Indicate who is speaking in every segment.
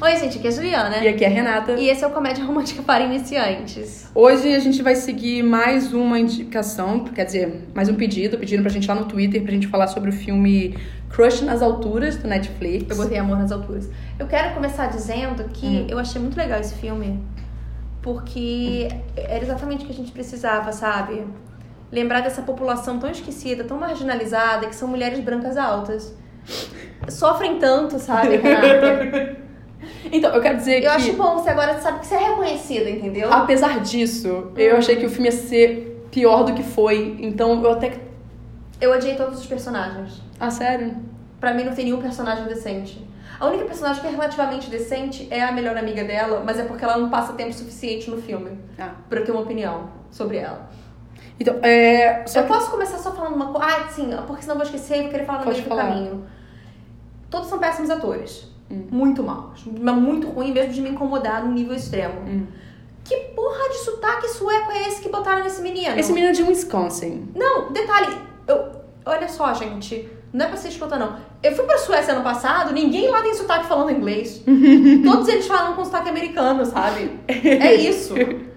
Speaker 1: Oi, gente, aqui é a Juliana.
Speaker 2: E aqui é a Renata.
Speaker 1: E esse é o Comédia Romântica para Iniciantes.
Speaker 2: Hoje a gente vai seguir mais uma indicação, quer dizer, mais um pedido. Pediram pra gente lá no Twitter pra gente falar sobre o filme Crush nas Alturas, do Netflix.
Speaker 1: Eu botei Amor nas Alturas. Eu quero começar dizendo que
Speaker 2: Hum.
Speaker 1: eu achei muito legal esse filme, porque era exatamente o que a gente precisava, sabe? Lembrar dessa população tão esquecida, tão marginalizada, que são mulheres brancas altas. Sofrem tanto, sabe, Renata?
Speaker 2: Então, eu quero dizer
Speaker 1: Eu
Speaker 2: que,
Speaker 1: acho bom, você agora sabe que você é reconhecida, entendeu?
Speaker 2: apesar disso, eu achei que o filme ia ser pior do que foi. Então, eu até... que-
Speaker 1: Eu odiei todos os personagens.
Speaker 2: Ah, sério?
Speaker 1: Pra mim não tem nenhum personagem decente. A única personagem que é relativamente decente é a melhor amiga dela, mas é porque ela não passa tempo suficiente no filme
Speaker 2: Ah.
Speaker 1: pra eu ter uma opinião sobre ela.
Speaker 2: Então, é... Só
Speaker 1: eu posso começar só falando uma coisa. Ah, sim, porque senão eu vou esquecer e vou querer falar no
Speaker 2: Pode
Speaker 1: meio do
Speaker 2: falar. Hum.
Speaker 1: caminho. Todos são péssimos atores. Muito maus. Mas muito ruim mesmo de me incomodar num nível extremo.
Speaker 2: Hum.
Speaker 1: Que porra de sotaque sueco é esse que botaram nesse menino?
Speaker 2: Esse menino é de Wisconsin.
Speaker 1: Não, detalhe, eu. Olha só, gente. Não é pra ser escrota, não. Eu fui pra Suécia ano passado, ninguém lá tem sotaque falando inglês. Todos eles falam com sotaque americano, sabe? É isso.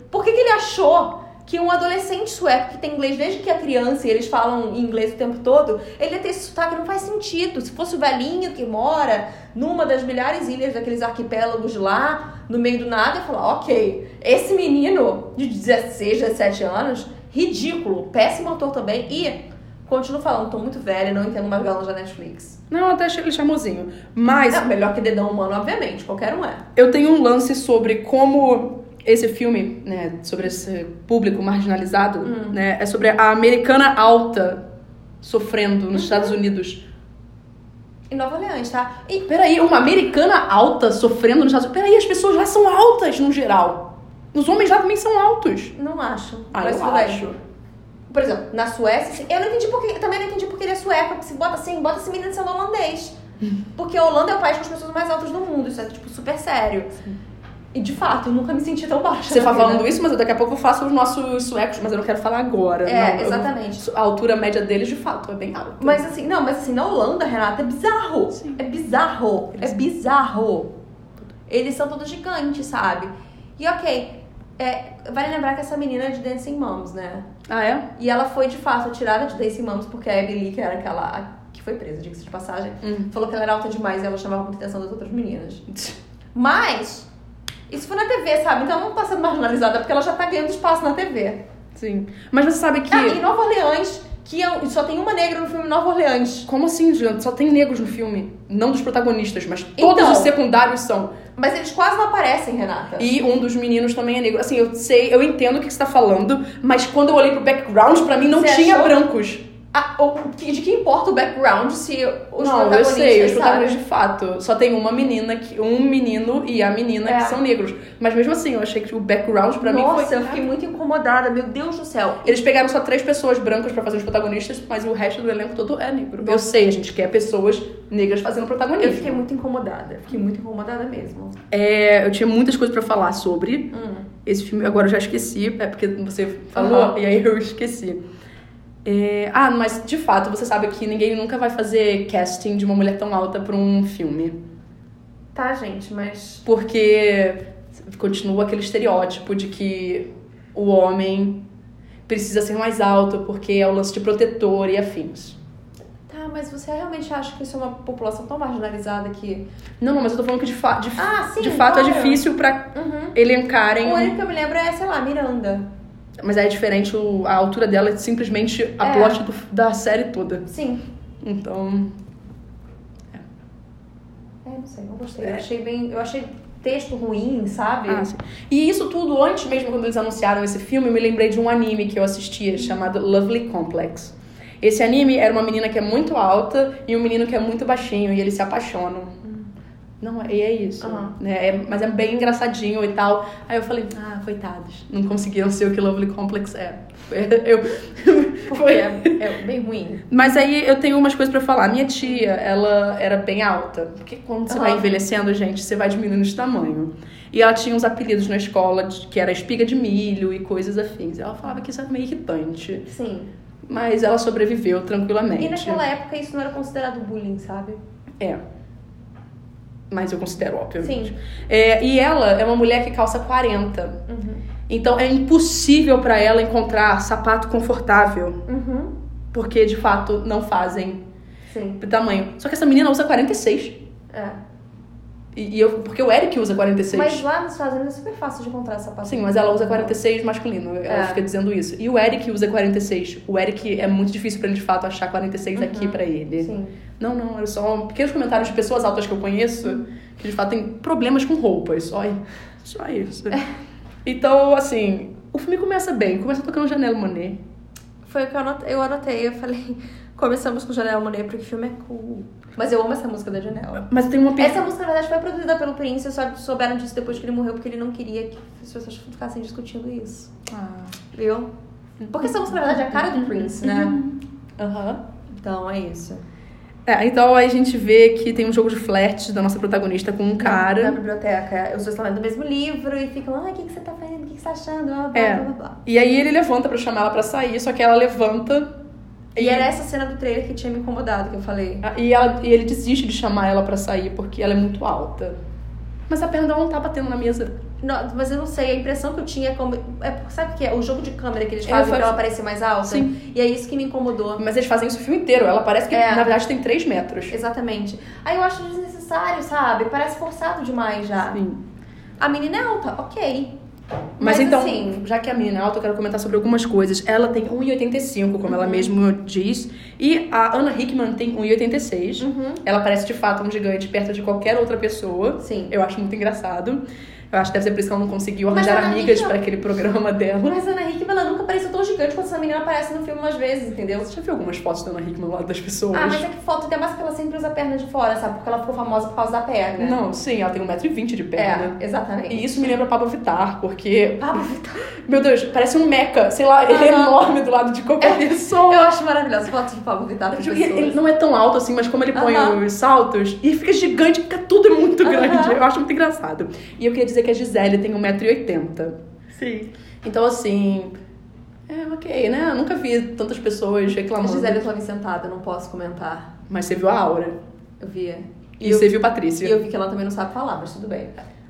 Speaker 1: Por que, que ele achou que um adolescente sueco que tem inglês desde que é criança e eles falam inglês o tempo todo, ele ia ter esse sotaque? Não faz sentido. Se fosse o velhinho que mora numa das milhares de ilhas daqueles arquipélagos lá, no meio do nada, e falar: ok, esse menino de 16, 17 anos, ridículo, péssimo ator também, e. Continuo falando, tô muito velha, não entendo mais galãs da Netflix.
Speaker 2: Não, eu até achei ele charmosinho. Mas...
Speaker 1: É melhor que dedão humano, obviamente, qualquer um é.
Speaker 2: Eu tenho um lance sobre como esse filme, né, sobre esse público marginalizado,
Speaker 1: Hum.
Speaker 2: né, é sobre a americana alta sofrendo nos Estados
Speaker 1: Uhum.
Speaker 2: Unidos.
Speaker 1: Em Nova Orleans, tá? E
Speaker 2: Peraí, uma americana alta sofrendo nos Estados Unidos. Peraí, as pessoas lá são altas no geral. Os homens lá também são altos.
Speaker 1: Não acho.
Speaker 2: Ah,
Speaker 1: Mas
Speaker 2: eu
Speaker 1: tudo bem.
Speaker 2: acho.
Speaker 1: Por exemplo, na Suécia, assim, eu não entendi porque. Eu também não entendi porque ele é sueco. Porque se bota assim, bota esse menino sendo holandês. Porque a Holanda é o país com as pessoas mais altas do mundo. Isso é, tipo, super sério. E de fato, eu né? nunca me senti tão baixa.
Speaker 2: Você
Speaker 1: na
Speaker 2: tá
Speaker 1: vida.
Speaker 2: falando isso, mas eu daqui a pouco eu faço os nossos suecos, mas eu não quero falar agora.
Speaker 1: É,
Speaker 2: não. Eu-
Speaker 1: exatamente.
Speaker 2: a altura média deles, de fato, é bem alta.
Speaker 1: Mas assim, não, mas assim, na Holanda, Renata, é bizarro.
Speaker 2: Sim.
Speaker 1: É bizarro. É bizarro. Eles são todos gigantes, sabe? E ok, é, vale lembrar que essa menina é de Dancing Moms, né?
Speaker 2: Ah, é?
Speaker 1: E ela foi de fato tirada de Dancing Moms porque a Abby Lee, que era aquela a- que foi presa, diga-se de passagem,
Speaker 2: Hum.
Speaker 1: falou que ela era alta demais e ela chamava muita atenção das outras meninas. Mas isso foi na TV, sabe? Então ela não tá sendo marginalizada porque ela já tá ganhando espaço na TV.
Speaker 2: Sim. Mas você sabe que...
Speaker 1: Ah, em Nova Orleans, que é um- só tem uma negra no filme Nova Orleans.
Speaker 2: Como assim, Juliana? Só tem negros no filme. Não dos protagonistas, mas todos
Speaker 1: Então.
Speaker 2: os secundários são.
Speaker 1: Mas eles quase não aparecem, Renata.
Speaker 2: E um dos meninos também é negro. Assim, eu sei, eu entendo o que você tá falando, mas quando eu olhei pro background, pra mim não
Speaker 1: Você
Speaker 2: tinha
Speaker 1: achou?
Speaker 2: brancos.
Speaker 1: Ah, o- que- de que importa o background se os
Speaker 2: não, eu
Speaker 1: protagonistas,
Speaker 2: sei, os
Speaker 1: sabe?
Speaker 2: protagonistas de fato. Só tem uma menina, que, um menino e a menina
Speaker 1: É.
Speaker 2: que são negros. Mas mesmo assim, eu achei que o background pra mim foi.
Speaker 1: Nossa, eu fiquei muito incomodada, meu Deus do céu.
Speaker 2: Eles pegaram só três pessoas brancas pra fazer os protagonistas, mas o resto do elenco todo é negro. Eu sei, a gente quer pessoas negras fazendo protagonismo.
Speaker 1: Eu fiquei muito incomodada, fiquei muito incomodada mesmo.
Speaker 2: É, eu tinha muitas coisas pra falar sobre.
Speaker 1: Hum.
Speaker 2: Esse filme, agora eu já esqueci, é porque você falou
Speaker 1: Aham.
Speaker 2: e aí eu esqueci. É, ah, mas de fato, você sabe que ninguém nunca vai fazer casting de uma mulher tão alta pra um filme.
Speaker 1: Tá, gente, mas.
Speaker 2: Porque continua aquele estereótipo de que o homem precisa ser mais alto porque é o lance de protetor e afins.
Speaker 1: Tá, mas você realmente acha que isso é uma população tão marginalizada que.
Speaker 2: Não, não, mas eu tô falando que de, fa de,
Speaker 1: Ah, sim!
Speaker 2: de fato é
Speaker 1: claro.
Speaker 2: difícil pra
Speaker 1: Uhum.
Speaker 2: elencarem.
Speaker 1: O único que eu me lembro é, sei lá, Miranda.
Speaker 2: Mas aí é diferente, o- a altura dela é simplesmente a
Speaker 1: É.
Speaker 2: plot do- da série toda.
Speaker 1: Sim.
Speaker 2: Então.
Speaker 1: É, não sei, não gostei. Eu achei bem. Eu achei texto ruim, sabe?
Speaker 2: Ah, sim. E isso tudo, antes mesmo quando eles anunciaram esse filme, eu me lembrei de um anime que eu assistia chamado Lovely Complex. Esse anime era uma menina que é muito alta e um menino que é muito baixinho e eles se apaixonam. Não, e é isso.
Speaker 1: Aham.
Speaker 2: Né? É- mas é bem engraçadinho e tal. Aí eu falei, ah, coitados, não conseguiram ser o que Lovely Complex é. Eu,
Speaker 1: Porque é, é bem ruim.
Speaker 2: mas aí eu tenho umas coisas pra falar. Minha tia, ela era bem alta. Porque quando você vai
Speaker 1: Aham.
Speaker 2: envelhecendo, gente, você vai diminuindo de tamanho. E ela tinha uns apelidos na escola, de- que era espiga de milho e coisas afins. Ela falava que isso era meio irritante.
Speaker 1: Sim.
Speaker 2: Mas ela sobreviveu tranquilamente.
Speaker 1: E naquela época isso não era considerado bullying, sabe?
Speaker 2: É. mas eu considero, obviamente.
Speaker 1: Sim.
Speaker 2: É, e ela é uma mulher que calça 40.
Speaker 1: Uhum.
Speaker 2: Então é impossível pra ela encontrar sapato confortável,
Speaker 1: Uhum.
Speaker 2: porque de fato não fazem
Speaker 1: Sim.
Speaker 2: pro tipo, tamanho. Só que essa menina usa 46.
Speaker 1: É.
Speaker 2: E, e eu, porque o Eric usa 46.
Speaker 1: Mas lá nos Estados Unidos é super fácil de encontrar sapato.
Speaker 2: Sim, mas ela usa 46 masculino.
Speaker 1: É.
Speaker 2: Ela fica dizendo isso. E o Eric usa 46. O Eric é muito difícil pra ele de fato achar 46 aqui pra ele.
Speaker 1: Uhum. Sim.
Speaker 2: Não, não, era só um pequenos comentários de pessoas altas que eu conheço que de fato têm problemas com roupas. Só, i- só isso. Então, assim, o filme começa bem. Começa tocando Janela Monet.
Speaker 1: Foi o que eu anotei. Eu, anotei, eu falei, começamos com Janela Monet porque o filme é cool. Mas eu amo essa música da Janela.
Speaker 2: Mas tem uma
Speaker 1: Essa música, na verdade, foi produzida pelo Prince, só souberam disso depois que ele morreu, porque ele não queria que as pessoas ficassem discutindo isso.
Speaker 2: Ah.
Speaker 1: Viu? Porque essa música, na verdade, é a cara do Prince, né?
Speaker 2: Uhum. Aham.
Speaker 1: Então, é isso.
Speaker 2: É, então aí a gente vê que tem um jogo de flerte da nossa protagonista com um
Speaker 1: Na
Speaker 2: cara.
Speaker 1: biblioteca, os dois estão lendo o mesmo livro e ficam, ah, o que, que você tá fazendo? O que, que você tá achando? Blá, blá,
Speaker 2: É.
Speaker 1: blá, blá, blá.
Speaker 2: E aí ele levanta pra chamar ela pra sair, só que ela levanta.
Speaker 1: E é- era essa cena do trailer que tinha me incomodado, que eu falei.
Speaker 2: E, ela, e ele desiste de chamar ela pra sair porque ela é muito alta. Mas a perna dela não tá batendo na mesa.
Speaker 1: Não, mas eu não sei, a impressão que eu tinha é como. É, porque sabe o que é? O jogo de câmera que eles
Speaker 2: É,
Speaker 1: fazem
Speaker 2: faz-
Speaker 1: pra ela aparecer mais alta. Sim. E é isso que me incomodou.
Speaker 2: Mas eles fazem isso o filme inteiro. Ela parece que,
Speaker 1: É.
Speaker 2: na verdade, tem 3 metros.
Speaker 1: Exatamente. Aí eu acho desnecessário, sabe? Parece forçado demais já.
Speaker 2: Sim.
Speaker 1: A menina é alta, ok.
Speaker 2: Mas, então,
Speaker 1: assim,
Speaker 2: já que a menina é alta, eu quero comentar sobre algumas coisas. Ela tem 1,85, como
Speaker 1: Uhum.
Speaker 2: ela mesma diz. E a Ana Hickman tem 1,86.
Speaker 1: uhum,
Speaker 2: Ela parece, de fato, um gigante perto de qualquer outra pessoa.
Speaker 1: sim.
Speaker 2: Eu acho muito engraçado. Eu acho que deve ser por isso que ela não conseguiu
Speaker 1: Mas
Speaker 2: arranjar
Speaker 1: ela nem
Speaker 2: amigas
Speaker 1: é-
Speaker 2: pra aquele programa dela.
Speaker 1: Mas a Ana Hickman, ela nunca pareceu tão gigante quanto essa menina aparece no filme umas vezes, entendeu?
Speaker 2: Você já viu algumas fotos da Ana Hickman do lado das pessoas?
Speaker 1: Ah, mas é que foto, ainda mais que ela sempre usa a perna de fora, sabe? Porque ela ficou famosa por causa da perna.
Speaker 2: Não, sim, ela tem 1,20m de perna.
Speaker 1: É, exatamente.
Speaker 2: E isso me lembra Pablo Vittar, porque,
Speaker 1: Pablo Vittar.
Speaker 2: meu Deus, parece um meca, sei lá, ele é
Speaker 1: Aham.
Speaker 2: enorme do lado de qualquer
Speaker 1: Então,
Speaker 2: pessoa.
Speaker 1: Eu acho maravilhoso. Fotos de Pablo Vittar com
Speaker 2: E Ele, ele
Speaker 1: pessoas.
Speaker 2: não é tão alto assim, mas como ele põe
Speaker 1: Aham.
Speaker 2: os saltos, e fica gigante, fica tudo é muito
Speaker 1: Aham.
Speaker 2: grande. Eu acho muito engraçado. E eu queria dizer que a Gisele tem 1,80m.
Speaker 1: Sim.
Speaker 2: Então, assim. É, ok, né? Eu nunca vi tantas pessoas
Speaker 1: A
Speaker 2: reclamando.
Speaker 1: Gisele, eu tava sentada, não posso comentar.
Speaker 2: Mas você viu a Aura.
Speaker 1: Eu via.
Speaker 2: E,
Speaker 1: eu,
Speaker 2: você viu
Speaker 1: e
Speaker 2: Patrícia.
Speaker 1: eu vi que ela também não sabe falar, mas tudo bem.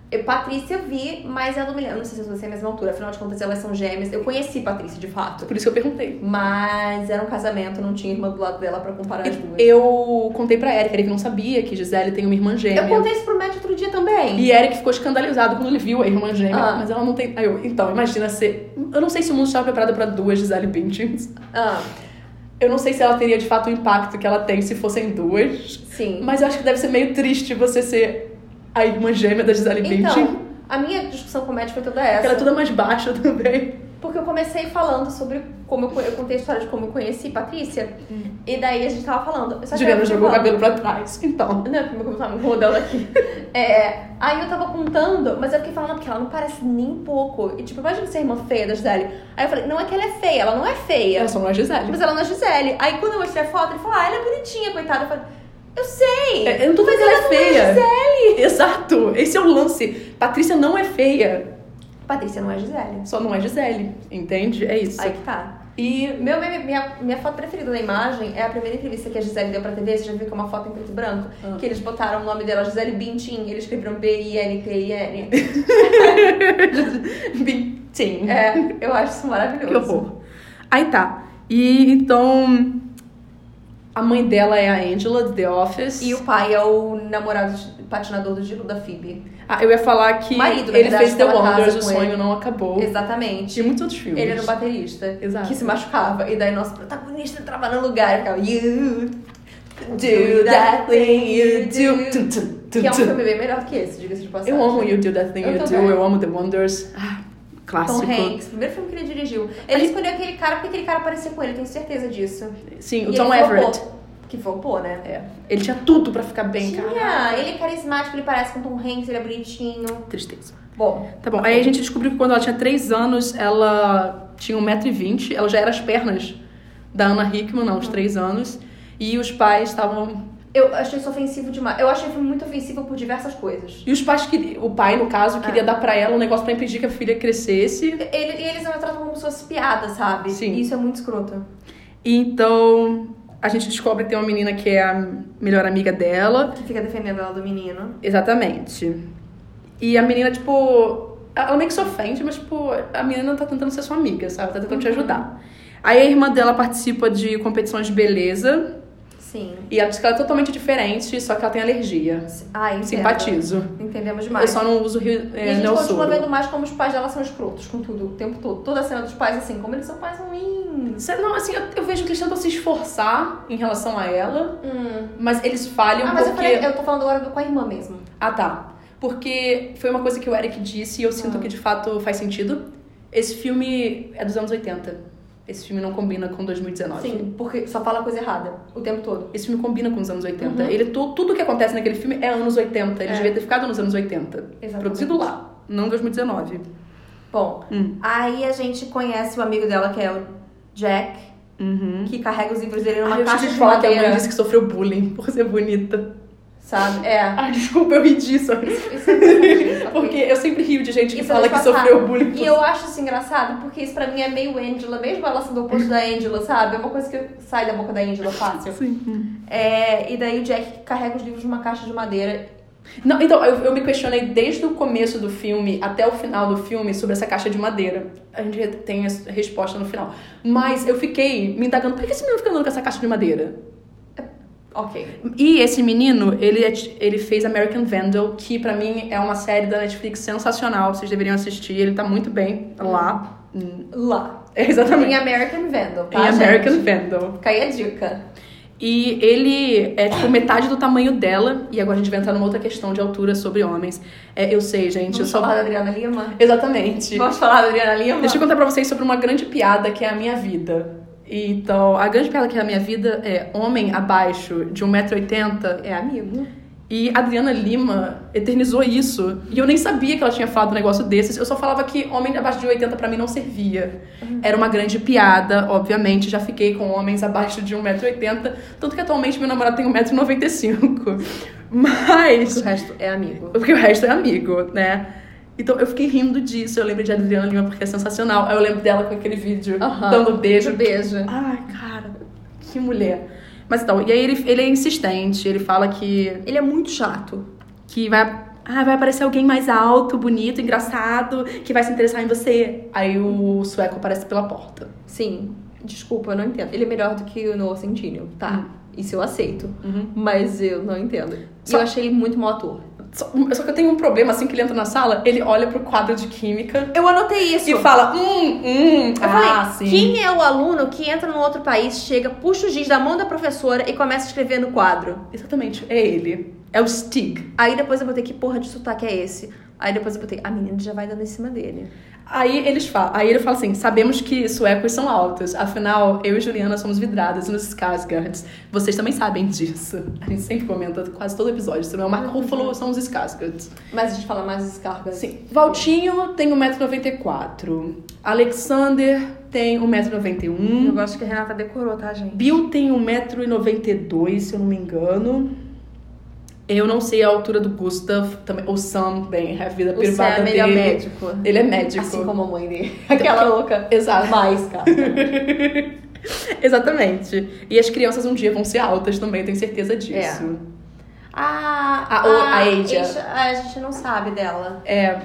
Speaker 1: Eu, Patrícia eu vi, mas eu não me lembro. Não sei se vocês é a mesma altura, afinal de contas elas são gêmeas. Eu conheci Patrícia, de fato.
Speaker 2: Por isso que eu perguntei.
Speaker 1: Mas era um casamento, não tinha irmã do lado dela pra comparar as duas.
Speaker 2: Eu contei pra Eric, Eric não sabia que Gisele tem uma irmã
Speaker 1: Eu
Speaker 2: gêmea.
Speaker 1: contei isso pro Matt outro dia também.
Speaker 2: E Eric ficou escandalizado quando ele viu a irmã gêmea.
Speaker 1: Ah.
Speaker 2: Mas ela não tem. Aí eu, então, imagina ser. Eu não sei se o mundo estava preparado pra duas Gisele Bündchens.
Speaker 1: Ah,
Speaker 2: Eu não sei se ela teria de fato o impacto que ela tem se fossem duas.
Speaker 1: sim.
Speaker 2: Mas eu acho que deve ser meio triste você ser a irmã gêmea da Gisele Bündchen.
Speaker 1: Então, a minha discussão com o Matt foi toda essa.
Speaker 2: Porque ela é toda mais baixa também.
Speaker 1: Porque eu comecei falando sobre como eu, eu contei a história de como eu conheci Patrícia. E daí a gente tava falando. Só que
Speaker 2: Juliana
Speaker 1: eu
Speaker 2: Hum. jogou o
Speaker 1: tava-
Speaker 2: cabelo pra trás. Então.
Speaker 1: Não, porque meu cabelo tá me rodando aqui. É, aí eu tava contando, mas eu fiquei falando, porque ela não parece nem um pouco. E tipo, imagina ser irmã feia da Gisele. Aí eu falei, não é que ela é feia, ela não é feia.
Speaker 2: Ela só não é Gisele.
Speaker 1: Mas ela não é Gisele. Aí quando eu mostrei a foto, ele falou, ah, ela é bonitinha, coitada. Eu falei, eu sei!
Speaker 2: É, Eu não tô
Speaker 1: mas
Speaker 2: dizendo que ela é feia.
Speaker 1: não é Gisele.
Speaker 2: Exato. Esse é o lance. Patrícia não é feia.
Speaker 1: Patrícia não é Gisele.
Speaker 2: Só não é Gisele. Entende? É isso.
Speaker 1: Aí que tá.
Speaker 2: E.
Speaker 1: Meu, minha, minha, minha foto preferida da imagem é a primeira entrevista que a Gisele deu pra TV. Você já viu que é uma foto em preto e branco?
Speaker 2: Ah.
Speaker 1: Que eles botaram o nome dela, Gisele Bintin, e eles escreveram
Speaker 2: Uhum.
Speaker 1: B-I-N-T-I-N.
Speaker 2: Bem, Sim. É
Speaker 1: é, eu acho isso maravilhoso.
Speaker 2: Que horror. Aí tá. E então. A mãe dela é a Angela, do The Office.
Speaker 1: E o pai é o namorado de- patinador do giro da Phoebe.
Speaker 2: Ah, eu ia falar que
Speaker 1: Marido, na
Speaker 2: ele
Speaker 1: verdade,
Speaker 2: fez The
Speaker 1: que ela casa
Speaker 2: Wonders, o
Speaker 1: com
Speaker 2: sonho
Speaker 1: ele.
Speaker 2: não acabou.
Speaker 1: Exatamente.
Speaker 2: E muitos outros filmes.
Speaker 1: Ele era um baterista
Speaker 2: Exato.
Speaker 1: que se machucava. E daí nosso protagonista entrava no lugar e ficava You
Speaker 2: Do that thing you do. Tum, tum, tum,
Speaker 1: Que é um
Speaker 2: tum.
Speaker 1: filme bem melhor que esse, diga-se de passagem.
Speaker 2: Eu amo You Do That Thing
Speaker 1: Eu
Speaker 2: You
Speaker 1: também.
Speaker 2: Do, eu amo The Wonders. Ah,
Speaker 1: Tom
Speaker 2: clássico.
Speaker 1: Hanks, primeiro filme que ele dirigiu. Ele escolheu aquele cara porque aquele cara apareceu com ele, tenho certeza disso.
Speaker 2: Sim, o
Speaker 1: E
Speaker 2: Tom
Speaker 1: ele flopou.
Speaker 2: Everett.
Speaker 1: Que flopou, né?
Speaker 2: É. Ele tinha tudo pra ficar bem, cara.
Speaker 1: Tinha, ele é carismático, ele parece com Tom Hanks, ele é bonitinho.
Speaker 2: Tristeza.
Speaker 1: Bom,
Speaker 2: Tá bom, aí a gente descobriu que quando ela tinha 3 anos, ela tinha 1,20m, ela já era as pernas da Ana Hickman aos
Speaker 1: Ah.
Speaker 2: 3 anos. E os pais estavam.
Speaker 1: eu achei isso ofensivo demais. Eu achei o filme muito ofensivo por diversas coisas.
Speaker 2: E os pais que. O pai, no caso,
Speaker 1: Ah.
Speaker 2: queria dar pra ela um negócio pra impedir que a filha crescesse.
Speaker 1: Ele- eles não me tratam como se fosse piada, sabe?
Speaker 2: Sim.
Speaker 1: Isso é muito escroto.
Speaker 2: E então. a gente descobre que tem uma menina que é a melhor amiga dela.
Speaker 1: Que fica defendendo ela do menino.
Speaker 2: Exatamente. E a menina, tipo. Ela meio que se ofende, mas, tipo, a menina tá tentando ser sua amiga, sabe? Tá tentando te ajudar. Aí a irmã dela participa de competições de beleza.
Speaker 1: Sim.
Speaker 2: E ela diz que ela é totalmente diferente, só que ela tem alergia.
Speaker 1: Ah, entendo.
Speaker 2: Simpatizo.
Speaker 1: Entendemos
Speaker 2: Eu
Speaker 1: demais.
Speaker 2: só não uso rio,
Speaker 1: É. E a
Speaker 2: é,
Speaker 1: gente continua
Speaker 2: neossoro.
Speaker 1: vendo mais como os pais dela são escrotos com tudo, o tempo todo. Toda a cena dos pais, assim, como eles são pais ruins.
Speaker 2: Sé- Não, assim, eu, eu vejo que eles tentam se esforçar em relação a ela,
Speaker 1: Hum.
Speaker 2: mas eles falham
Speaker 1: Ah, mas eu,
Speaker 2: porque...
Speaker 1: falei, eu tô falando agora do- com a irmã mesmo.
Speaker 2: Ah, tá. Porque foi uma coisa que o Eric disse e eu
Speaker 1: Ah.
Speaker 2: sinto que de fato faz sentido. Esse filme é dos anos 80. Esse filme não combina com 2019.
Speaker 1: Sim, porque só fala coisa errada o tempo todo.
Speaker 2: Esse filme combina com os anos 80.
Speaker 1: Uhum.
Speaker 2: Ele, tu, tudo que acontece naquele filme é anos 80. Ele
Speaker 1: É.
Speaker 2: devia ter ficado nos anos 80.
Speaker 1: Exatamente.
Speaker 2: Produzido lá, não em 2019.
Speaker 1: Bom,
Speaker 2: Hum.
Speaker 1: aí a gente conhece o amigo dela, que é o Jack,
Speaker 2: Uhum.
Speaker 1: que carrega os livros dele numa
Speaker 2: Ai, eu
Speaker 1: caixa
Speaker 2: tive
Speaker 1: de
Speaker 2: que falar que a
Speaker 1: madeira.
Speaker 2: mulher disse que sofreu bullying por ser bonita.
Speaker 1: Sabe? É.
Speaker 2: Ai, desculpa, eu ri disso.
Speaker 1: Isso é interessante, ok.
Speaker 2: Porque eu sempre rio de gente que
Speaker 1: Isso
Speaker 2: fala
Speaker 1: eu
Speaker 2: que
Speaker 1: vou te passar.
Speaker 2: sofreu bullying.
Speaker 1: E eu acho isso engraçado, porque isso pra mim é meio Angela, mesmo ela sendo o oposto da Angela, sabe? É uma coisa que sai da boca da Angela fácil.
Speaker 2: Sim.
Speaker 1: É, e daí o Jack carrega os livros numa caixa de madeira.
Speaker 2: Não, então, eu, eu me questionei desde o começo do filme até o final do filme sobre essa caixa de madeira. A gente tem a resposta no final. Mas eu fiquei me indagando, por que esse menino fica andando com essa caixa de madeira?
Speaker 1: Ok.
Speaker 2: E esse menino, ele, é- ele fez American Vandal, que pra mim é uma série da Netflix sensacional, vocês deveriam assistir, ele tá muito bem lá. Hum,
Speaker 1: Lá. Em
Speaker 2: Exatamente.
Speaker 1: American Vandal,
Speaker 2: Em
Speaker 1: tá, gente?
Speaker 2: American Vandal.
Speaker 1: Fica aí a dica.
Speaker 2: E ele é tipo metade do tamanho dela, e agora a gente vai entrar numa outra questão de altura sobre homens. É, eu sei, gente, eu
Speaker 1: Vamos
Speaker 2: só.
Speaker 1: falar da Adriana Lima?
Speaker 2: Exatamente.
Speaker 1: Vamos falar da Adriana Lima?
Speaker 2: Deixa eu contar pra vocês sobre uma grande piada que é a minha vida. Então, a grande piada que é a minha vida é homem abaixo de 1,80m
Speaker 1: É amigo.
Speaker 2: E a Adriana Lima eternizou isso. E eu nem sabia que ela tinha falado um negócio desses. Eu só falava que homem abaixo de 80 pra mim não servia. Era uma grande piada, obviamente. Já fiquei com homens abaixo de 1,80m. Tanto que atualmente meu namorado tem
Speaker 1: O
Speaker 2: 1,95m. Mas.
Speaker 1: resto é amigo.
Speaker 2: Porque o resto é amigo, né? Então eu fiquei rindo disso. Eu lembro de Adriana Lima porque é sensacional. Aí eu lembro dela com aquele vídeo
Speaker 1: Aham.
Speaker 2: dando um beijo.
Speaker 1: Beijo.
Speaker 2: Ai, cara, que mulher. Mas então, e aí ele, ele é insistente. Ele fala que
Speaker 1: Ele é muito chato.
Speaker 2: que vai, ah, vai aparecer alguém mais alto, bonito, engraçado, que vai se interessar em você. Aí o sueco aparece pela porta.
Speaker 1: Sim. Desculpa, eu não entendo. Ele é melhor do que o Noah Centineo, tá? Isso eu aceito.
Speaker 2: Uhum.
Speaker 1: Mas eu não entendo. E
Speaker 2: Só-
Speaker 1: eu achei ele muito mau ator.
Speaker 2: Só, só que eu tenho um problema, assim que ele entra na sala, ele olha pro quadro de química
Speaker 1: Eu anotei isso.
Speaker 2: e fala, hum, hum,
Speaker 1: Eu
Speaker 2: ah,
Speaker 1: falei,
Speaker 2: sim.
Speaker 1: quem é o aluno que entra num outro país, chega, puxa o giz da mão da professora e começa a escrever no quadro?
Speaker 2: Exatamente, é ele. É o Stig.
Speaker 1: Aí depois eu botei, que porra de sotaque é esse? Aí depois eu botei, a menina já vai dando em cima dele.
Speaker 2: Aí eles falam, aí ele fala assim: sabemos que suecos são altos, afinal, eu e Juliana somos vidradas nos Skarsgards. Vocês também sabem disso. A gente sempre comenta quase todo episódio, se não é o Marco
Speaker 1: Uhum.
Speaker 2: Ruffalo, são os Skarsgards.
Speaker 1: Mas a gente fala mais descargas.
Speaker 2: Sim. Valtinho tem 1,94m. Alexander tem 1,91m.
Speaker 1: gosto que a Renata decorou, tá, gente?
Speaker 2: Bill tem 1,92m, se eu não me engano. Eu não sei a altura do Gustav, também, ou Sam, bem, é a vida
Speaker 1: O Sam
Speaker 2: privada
Speaker 1: é melhor
Speaker 2: dele.
Speaker 1: médico. Então,
Speaker 2: Ele é médico.
Speaker 1: Assim como a mãe dele. Aquela louca.
Speaker 2: Exato.
Speaker 1: Mais, cara.
Speaker 2: Exatamente. E as crianças um dia vão ser altas também, tenho certeza disso.
Speaker 1: Ah,
Speaker 2: A- o- a Aja.
Speaker 1: Aja- A gente não sabe dela.
Speaker 2: É.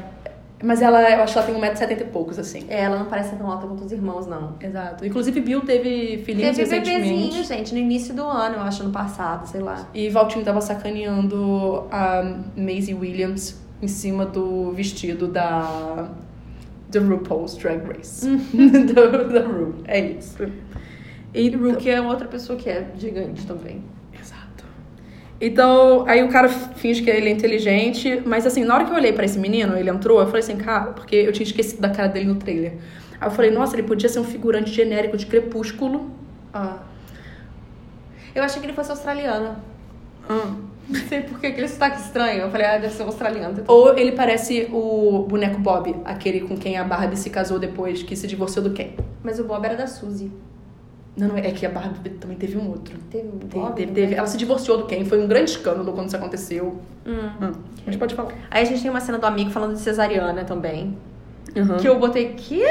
Speaker 2: Mas ela, eu acho que ela tem 1,70m e poucos, assim.
Speaker 1: É, Ela não parece tão alta quanto os irmãos, não.
Speaker 2: Exato. Inclusive, Bill teve filhinhos
Speaker 1: Teve
Speaker 2: recentemente.
Speaker 1: bebezinho, gente, no início do ano, eu acho, no passado, sei lá.
Speaker 2: E Valtinho tava sacaneando a Maisie Williams em cima do vestido da. The RuPaul's Drag Race. da, da Uhum. Ru. É isso.
Speaker 1: E Rookie é outra pessoa que é gigante também.
Speaker 2: Exato. Então, aí o cara finge que ele é inteligente, mas assim, na hora que eu olhei pra esse menino, ele entrou, eu falei assim, cara, porque eu tinha esquecido da cara dele no trailer. Aí eu falei, nossa, ele podia ser um figurante genérico de crepúsculo.
Speaker 1: Ah. Eu achei que ele fosse australiano.
Speaker 2: Hum.
Speaker 1: Não sei por que aquele sotaque estranho. Eu falei, ah, deve ser um australiano.
Speaker 2: Ou ele parece o boneco Bob, aquele com quem a Barbie se casou depois que se divorciou do Ken.
Speaker 1: Mas o Bob era da Suzy.
Speaker 2: Não, não, é que a Barbie também teve um outro.
Speaker 1: Teve um
Speaker 2: Teve,
Speaker 1: Bob?
Speaker 2: teve,
Speaker 1: né?
Speaker 2: teve. Ela se divorciou do Ken, foi um grande escândalo quando isso aconteceu.
Speaker 1: Hum.
Speaker 2: Mas pode falar. Hum.
Speaker 1: Aí a gente tem uma cena do amigo falando de cesariana também. Que eu botei, que?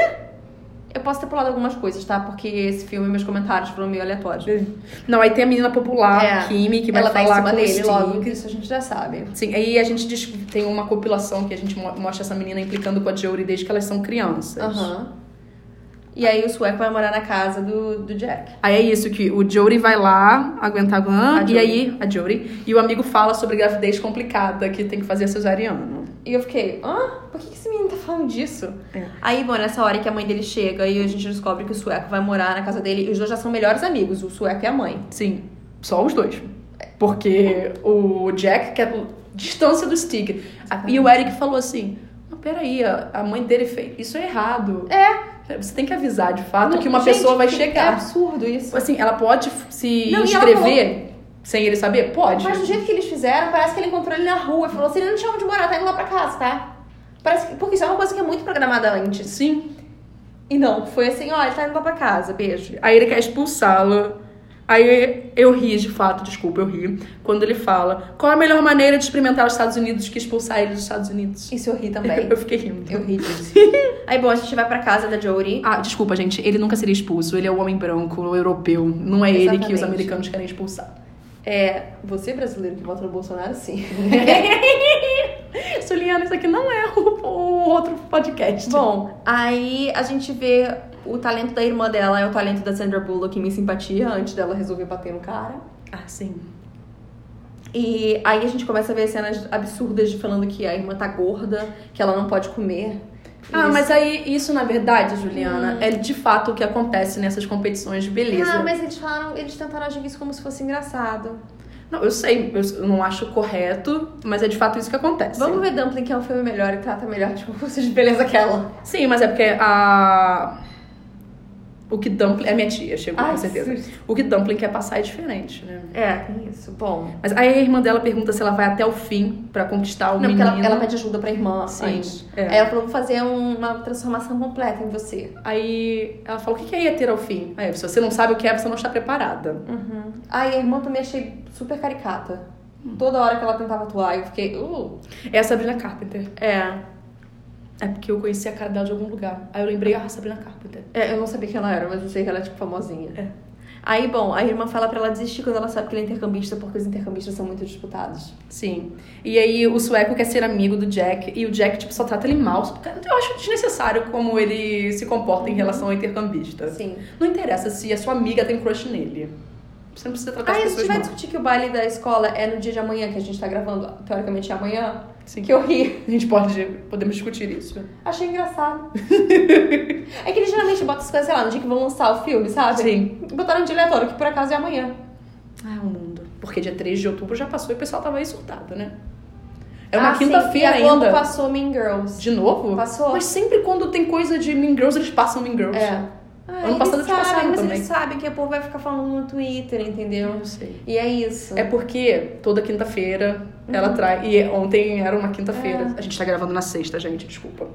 Speaker 1: Eu posso ter pulado algumas coisas, tá? Porque esse filme, meus comentários foram meio aleatórios.
Speaker 2: Não, aí tem a menina popular,
Speaker 1: É.
Speaker 2: Kimi, que vai
Speaker 1: Ela tá em
Speaker 2: falar
Speaker 1: cima
Speaker 2: com o
Speaker 1: dele
Speaker 2: Steve.
Speaker 1: logo, que isso a gente já sabe.
Speaker 2: Sim, aí a gente dis- tem uma compilação que a gente mo- mostra essa menina implicando com a Jory desde que elas são crianças.
Speaker 1: Aham. E aí o sueco vai morar na casa do, do Jack.
Speaker 2: Aí é isso que o Jory vai lá aguentar a Gwen,
Speaker 1: A
Speaker 2: e
Speaker 1: Jory.
Speaker 2: aí a Jory, e o amigo fala sobre gravidez complicada, que tem que fazer cesariano.
Speaker 1: E eu fiquei, hã? Por que que esse menino tá falando disso?
Speaker 2: É.
Speaker 1: Aí, bom, nessa hora que a mãe dele chega e a gente descobre que o sueco vai morar na casa dele, e os dois já são melhores amigos, o sueco e a mãe.
Speaker 2: Sim, só os dois. Porque o Jack quer distância do Stig. E o Eric falou assim: Mas peraí, a a mãe dele fez. Isso é errado. É. Você tem que avisar de fato que uma
Speaker 1: Gente,
Speaker 2: pessoa vai
Speaker 1: que- É
Speaker 2: chegar.
Speaker 1: absurdo isso.
Speaker 2: Assim, ela pode se
Speaker 1: Não, e ela
Speaker 2: inscrever sem ele saber? Pode.
Speaker 1: Mas do jeito que eles fizeram, parece que ele encontrou ele na rua e falou assim: ele não te chama de morar, tá indo lá pra casa, tá? Parece que, porque isso é uma coisa que é muito programada antes.
Speaker 2: Sim.
Speaker 1: E não, foi assim: ó, ele tá indo lá pra casa, beijo.
Speaker 2: Aí ele quer expulsá-la. Aí eu ri, de fato, desculpa, eu ri. Quando ele fala: Qual a melhor maneira de experimentar os Estados Unidos que expulsar ele dos Estados Unidos?
Speaker 1: Isso eu ri também.
Speaker 2: Eu fiquei rindo.
Speaker 1: eu ri disso. Aí, bom, a gente vai pra casa da Jodie.
Speaker 2: Ah, desculpa, gente. Ele nunca seria expulso. Ele é o homem branco, o europeu. Não é ele que os
Speaker 1: Exatamente.
Speaker 2: americanos querem expulsar.
Speaker 1: É, você brasileiro que vota no Bolsonaro, sim.
Speaker 2: Juliana, isso aqui não é o, o outro podcast.
Speaker 1: Bom, aí a gente vê o talento da irmã dela, é o talento da Sandra Bullock em Minha Simpatia, antes dela resolver bater no cara.
Speaker 2: Ah, sim.
Speaker 1: E aí a gente começa a ver cenas absurdas de falando que a irmã tá gorda, que ela não pode comer.
Speaker 2: Ah,
Speaker 1: Isso.
Speaker 2: mas aí isso, na verdade, Juliana, é de fato o que acontece nessas competições de beleza.
Speaker 1: Ah, mas eles falaram, eles tentaram agir isso como se fosse engraçado.
Speaker 2: Não, eu sei, eu não acho correto, mas é de fato isso que acontece.
Speaker 1: Vamos ver Dumpling, que é um filme melhor e trata melhor de concursos de beleza que ela.
Speaker 2: Sim, mas é porque a. O que Dumpling. É minha tia, chegou,
Speaker 1: Ai,
Speaker 2: com certeza.
Speaker 1: que
Speaker 2: O que Dumpling quer passar é diferente, né?
Speaker 1: É, tem isso. Bom.
Speaker 2: Mas aí a irmã dela pergunta se ela vai até o fim pra conquistar o
Speaker 1: Não, porque
Speaker 2: menino.
Speaker 1: ela, ela pede ajuda pra irmã
Speaker 2: Sim,
Speaker 1: antes.
Speaker 2: é.
Speaker 1: Aí ela falou, vou fazer um- uma transformação completa em você.
Speaker 2: Aí ela fala, o que que é ia ter ao fim? Aí, se você não sabe o que é, você não está preparada.
Speaker 1: Uhum. Hum. Ai, a irmã também achei super caricata. Toda hora que ela tentava atuar, eu fiquei. Uh.
Speaker 2: É a Sabrina Carpenter.
Speaker 1: É.
Speaker 2: É porque eu conheci a cara dela de algum lugar. Aí eu lembrei, ah, Sabrina Carpenter.
Speaker 1: É, Eu não sabia quem ela era, mas eu sei que ela é tipo famosinha.
Speaker 2: É.
Speaker 1: Aí, bom, a irmã fala pra ela desistir quando ela sabe que ele é intercambista, porque os intercambistas são muito disputados.
Speaker 2: Sim. E aí o sueco quer ser amigo do Jack. E o Jack, tipo, só trata ele mal. Eu acho desnecessário como ele se comporta em relação ao intercambista.
Speaker 1: Sim.
Speaker 2: Não interessa se a sua amiga tem crush nele. Você não precisa tratar
Speaker 1: Aí Ah, a
Speaker 2: as
Speaker 1: gente
Speaker 2: pessoas
Speaker 1: vai
Speaker 2: mal.
Speaker 1: discutir que o baile da escola é no dia de amanhã, que a gente tá gravando, teoricamente é amanhã,
Speaker 2: Sim.
Speaker 1: que eu ri.
Speaker 2: A gente pode, podemos discutir isso.
Speaker 1: Achei engraçado. é que eles geralmente botam as coisas, sei lá, no dia que vão lançar o filme, sabe?
Speaker 2: Sim.
Speaker 1: Botaram no dia aleatório, que por acaso é amanhã. é
Speaker 2: Ah,
Speaker 1: um
Speaker 2: o mundo. Porque dia 3 de outubro já passou e o pessoal tava aí surtado, né? É uma
Speaker 1: Ah, sim,
Speaker 2: quinta-feira
Speaker 1: e a Globo
Speaker 2: ainda.
Speaker 1: passou Mean Girls.
Speaker 2: De novo?
Speaker 1: Passou.
Speaker 2: Mas sempre quando tem coisa de Mean Girls, eles passam Mean Girls.
Speaker 1: É. Ah,
Speaker 2: Ano passado
Speaker 1: eles
Speaker 2: eles passaram
Speaker 1: sabem, mas
Speaker 2: também.
Speaker 1: eles sabem que o povo vai ficar falando no Twitter,
Speaker 2: Eu
Speaker 1: entendeu?
Speaker 2: não sei.
Speaker 1: E é isso.
Speaker 2: É porque toda quinta-feira ela traz... E ontem era uma quinta-feira.
Speaker 1: Uhum. É.
Speaker 2: A gente tá gravando na sexta, gente. Desculpa.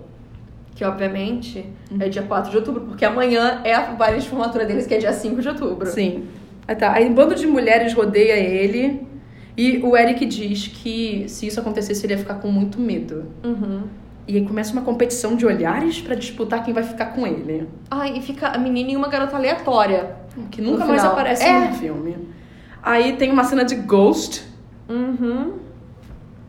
Speaker 1: Que, obviamente, é dia 4 de outubro, porque amanhã é a baile de formatura deles, que é dia 5 de outubro.
Speaker 2: Sim. Aí tá. Aí um bando de mulheres rodeia ele. E o Eric diz que se isso acontecesse, ele ia ficar com muito medo.
Speaker 1: Uhum.
Speaker 2: E aí começa uma competição de olhares pra disputar quem vai ficar com ele.
Speaker 1: Ai, e fica a menina e uma garota aleatória.
Speaker 2: Que nunca
Speaker 1: No
Speaker 2: mais
Speaker 1: final.
Speaker 2: aparece
Speaker 1: É.
Speaker 2: no filme. Aí tem uma cena de Ghost.
Speaker 1: Uhum.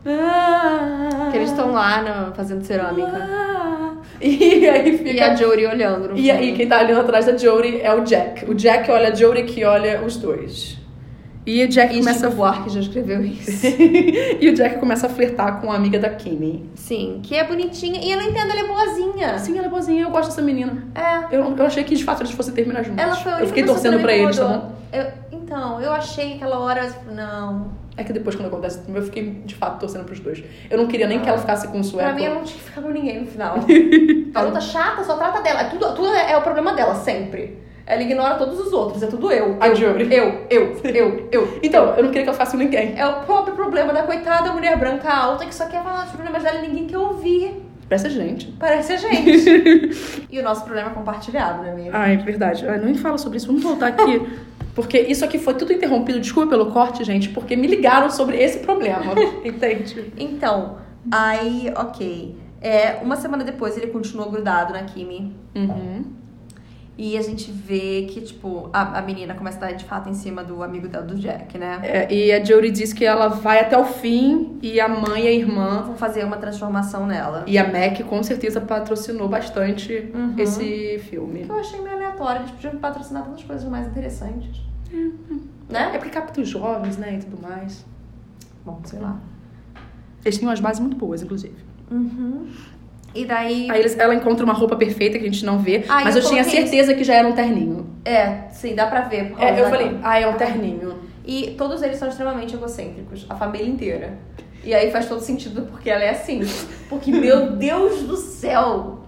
Speaker 2: Ah,
Speaker 1: Que eles estão lá na- fazendo cerâmica.
Speaker 2: Ah. E aí
Speaker 1: E a
Speaker 2: fica.
Speaker 1: Jory olhando. no
Speaker 2: E aí
Speaker 1: fundo.
Speaker 2: quem tá olhando atrás da Jory é o Jack. O Jack olha a Jory que olha os dois. E tipo o Jack
Speaker 1: E começa
Speaker 2: começa a
Speaker 1: a voar, que já escreveu isso.
Speaker 2: e o Jack começa a flertar com a amiga da Kimmy.
Speaker 1: Sim, que é bonitinha. E eu não entendo, ela é boazinha.
Speaker 2: Assim, ela é boazinha, eu gosto dessa menina.
Speaker 1: É.
Speaker 2: Eu, eu achei que de fato eles fossem terminar juntos.
Speaker 1: Ela foi a única
Speaker 2: eu fiquei
Speaker 1: pessoa que
Speaker 2: torcendo
Speaker 1: não
Speaker 2: pra
Speaker 1: me
Speaker 2: eles, tá
Speaker 1: incomodou.
Speaker 2: bom?
Speaker 1: Eu- então, eu achei aquela hora. tipo, Não.
Speaker 2: É que depois quando acontece, eu fiquei de fato torcendo pros dois. Eu não é queria nem que ela ficasse com o sueco.
Speaker 1: Pra mim, é ela não tinha que ficar com ninguém no final. A luta chata só trata dela. É Tudo, tudo é, é o problema dela, sempre. Ela ignora todos os outros, é tudo eu.
Speaker 2: A
Speaker 1: eu,
Speaker 2: Jory.
Speaker 1: Eu, eu, eu, eu.
Speaker 2: Então, eu não queria que ela ficasse com ninguém.
Speaker 1: É o próprio problema da coitada mulher branca alta que só quer falar dos problemas dela e ninguém quer ouvir.
Speaker 2: Parece a gente.
Speaker 1: Parece a gente. e o nosso problema é compartilhado, né, amiga?
Speaker 2: Ai, verdade. Ai, não fala sobre isso, vamos voltar aqui. Porque isso aqui foi tudo interrompido, desculpa pelo corte, gente, porque me ligaram sobre esse problema. Entende?
Speaker 1: Então, aí, ok. É, uma semana depois ele continuou grudado na Kimi.
Speaker 2: Uhum.
Speaker 1: E a gente vê que, tipo, a, a menina começa a dar de fato em cima do amigo dela, do Jack, né?
Speaker 2: É, e a Jodie diz que ela vai até o fim e a mãe e a irmã.
Speaker 1: Vão fazer uma transformação nela.
Speaker 2: E a Mac com certeza patrocinou bastante
Speaker 1: Uhum.
Speaker 2: esse filme.
Speaker 1: Que eu achei meio aleatório. Eles podiam patrocinar tantas coisas mais interessantes. Né?
Speaker 2: É porque capta os jovens, né, e tudo mais.
Speaker 1: Bom, sei lá.
Speaker 2: Eles têm umas bases muito boas, inclusive.
Speaker 1: Uhum. E daí.
Speaker 2: Aí eles- ela encontra uma roupa perfeita que a gente não vê,
Speaker 1: Ah,
Speaker 2: mas
Speaker 1: eu
Speaker 2: eu, tinha
Speaker 1: coloquei
Speaker 2: certeza que já era um terninho.
Speaker 1: É, sim, dá pra ver. por causa
Speaker 2: É, eu
Speaker 1: da-
Speaker 2: falei, ah, é um terninho.
Speaker 1: E todos eles são extremamente egocêntricos, a família inteira. E aí faz todo sentido porque ela é assim. Porque, meu Deus do céu!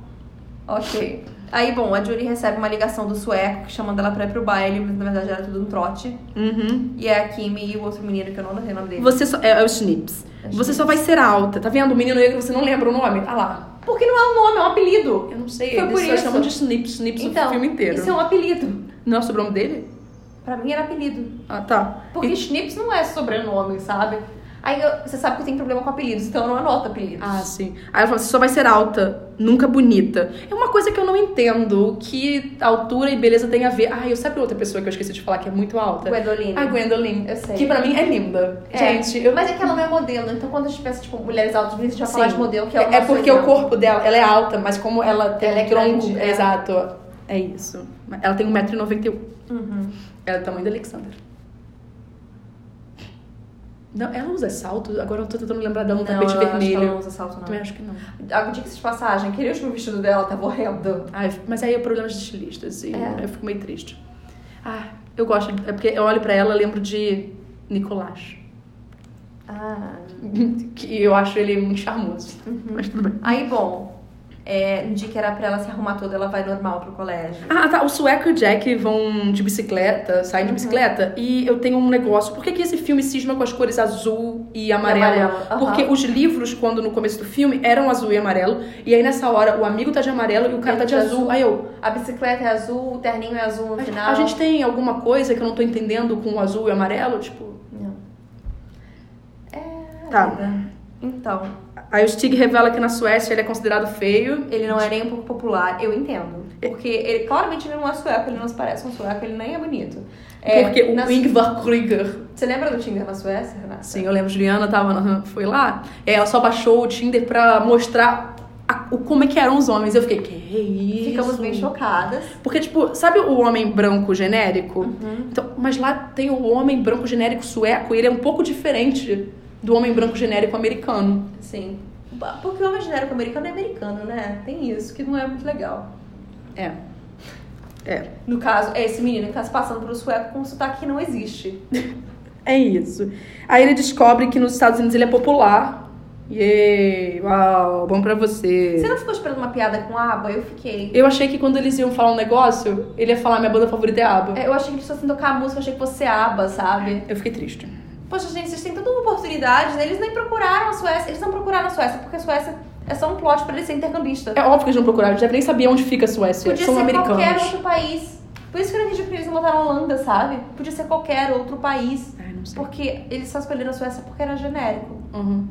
Speaker 1: Ok. Aí, bom, a Julie recebe uma ligação do sueco chamando ela pra ir pro baile, mas na verdade era tudo um trote.
Speaker 2: Uhum.
Speaker 1: E é a Kimi e o outro menino que eu não sei o nome dele.
Speaker 2: Você só. É, é o Snips. Você só vai ser alta, tá vendo? O menino negro, você não lembra o nome? Ah lá.
Speaker 1: Porque não é um nome, é um apelido.
Speaker 2: Eu não sei,
Speaker 1: Foi por
Speaker 2: eles só
Speaker 1: isso.
Speaker 2: chamam de Snips, Snips o
Speaker 1: Então,
Speaker 2: filme inteiro.
Speaker 1: isso é um apelido.
Speaker 2: Não é o sobrenome dele?
Speaker 1: Pra mim era apelido.
Speaker 2: Ah, tá.
Speaker 1: Porque Schnips não é sobrenome, sabe? Aí eu- você sabe que eu tenho problema com apelidos, então eu não anoto apelidos.
Speaker 2: Ah, sim. Aí ela fala, você só vai ser alta, nunca bonita. É uma coisa que eu não entendo, o que altura e beleza tem a ver. Ah, eu sabia outra pessoa que eu esqueci de falar que é muito alta?
Speaker 1: Guedolina.
Speaker 2: A Gwendolyn.
Speaker 1: Eu sei.
Speaker 2: Que pra mim é linda.
Speaker 1: É.
Speaker 2: Gente, eu...
Speaker 1: Mas é que ela não é modelo, então quando a gente pensa, tipo, mulheres altas, bonitas, a gente já fala
Speaker 2: Sim.
Speaker 1: de modelo, que é o
Speaker 2: é, é
Speaker 1: nosso
Speaker 2: porque o
Speaker 1: exemplo.
Speaker 2: corpo dela, ela é alta, mas como ela tem
Speaker 1: Ela é
Speaker 2: um tronco...
Speaker 1: grande, é.
Speaker 2: Exato. É isso. Ela tem 1,91m.
Speaker 1: Uhum.
Speaker 2: Ela é do tamanho da Alexander. Não, ela usa salto? Agora eu tô tentando lembrar dela no
Speaker 1: Não,
Speaker 2: tapete
Speaker 1: eu acho que ela não
Speaker 2: vermelho.
Speaker 1: usa salto,
Speaker 2: Também
Speaker 1: não.
Speaker 2: acho que não.
Speaker 1: Ah, Diga-se de passagem, aquele último vestido dela tá? tava horrendo.
Speaker 2: Ai, mas aí é problema de estilistas e
Speaker 1: É.
Speaker 2: eu fico meio triste. Ah, eu gosto. É porque eu olho pra ela e lembro de Nicolás.
Speaker 1: Ah.
Speaker 2: Que eu acho ele muito charmoso.
Speaker 1: Uhum.
Speaker 2: Mas tudo bem.
Speaker 1: Aí, bom, é, no dia que era pra ela se arrumar toda, ela vai normal pro colégio.
Speaker 2: Ah, tá. O sueco e o Jack vão de bicicleta, saem de
Speaker 1: Uhum.
Speaker 2: bicicleta, e eu tenho um negócio. Por que, que esse filme cisma com as cores azul e amarelo?
Speaker 1: amarelo, aham.
Speaker 2: Porque os livros, quando no começo do filme, eram azul e amarelo, e aí nessa hora o amigo tá de amarelo e o cara tá de
Speaker 1: Ele tá
Speaker 2: azul.
Speaker 1: azul.
Speaker 2: Aí eu.
Speaker 1: A bicicleta é azul, o terninho é azul no final.
Speaker 2: A gente tem alguma coisa que eu não tô entendendo com o azul e o amarelo? Tipo.
Speaker 1: Não. É.
Speaker 2: Tá.
Speaker 1: vida. Então,
Speaker 2: Aí o Stig revela que na Suécia ele é considerado feio.
Speaker 1: ele não é nem um pouco popular, eu entendo. Porque ele claramente ele não é sueco, ele não se parece um sueco, ele nem é bonito. É,
Speaker 2: porque o
Speaker 1: na-
Speaker 2: Ingvar Krüger
Speaker 1: Você lembra do Tinder na Suécia, Renata?
Speaker 2: Sim, eu lembro, Juliana tava na- foi lá, e aí ela só baixou o Tinder pra mostrar a- o, como é que eram os homens. Eu fiquei, que isso?
Speaker 1: Ficamos bem chocadas.
Speaker 2: Porque, tipo, sabe o homem branco genérico? Então, mas lá tem o homem branco genérico sueco, e ele é um pouco diferente do homem branco genérico americano.
Speaker 1: Sim. Ba- Porque o homem genérico americano é americano, né? Tem isso, que não é muito legal.
Speaker 2: É. É.
Speaker 1: No caso, é esse menino que tá se passando por um sueco com um sotaque que não existe.
Speaker 2: É isso. Aí ele descobre que nos Estados Unidos ele é popular. Yay, uau, bom pra você.
Speaker 1: Você não ficou esperando uma piada com aba? Eu fiquei.
Speaker 2: Eu achei que quando eles iam falar um negócio, ele ia falar minha banda favorita é ABBA.
Speaker 1: É, Eu achei que eles fossem tocar a música, eu achei que fosse aba, sabe?
Speaker 2: Eu fiquei triste.
Speaker 1: Poxa, gente, vocês têm toda uma oportunidade, né? Eles nem procuraram a Suécia. Eles não procuraram a Suécia, porque a Suécia é só um plot pra ele ser intercambista.
Speaker 2: É óbvio que eles não procuraram, eles devem nem saber onde fica a Suécia.
Speaker 1: Podia
Speaker 2: São
Speaker 1: ser
Speaker 2: americanos.
Speaker 1: qualquer outro país. Por isso que eu não entendi porque eles não botaram a Holanda, sabe? Podia ser qualquer outro país.
Speaker 2: Ai, não sei.
Speaker 1: Porque eles só escolheram a Suécia porque era genérico.
Speaker 2: Uhum.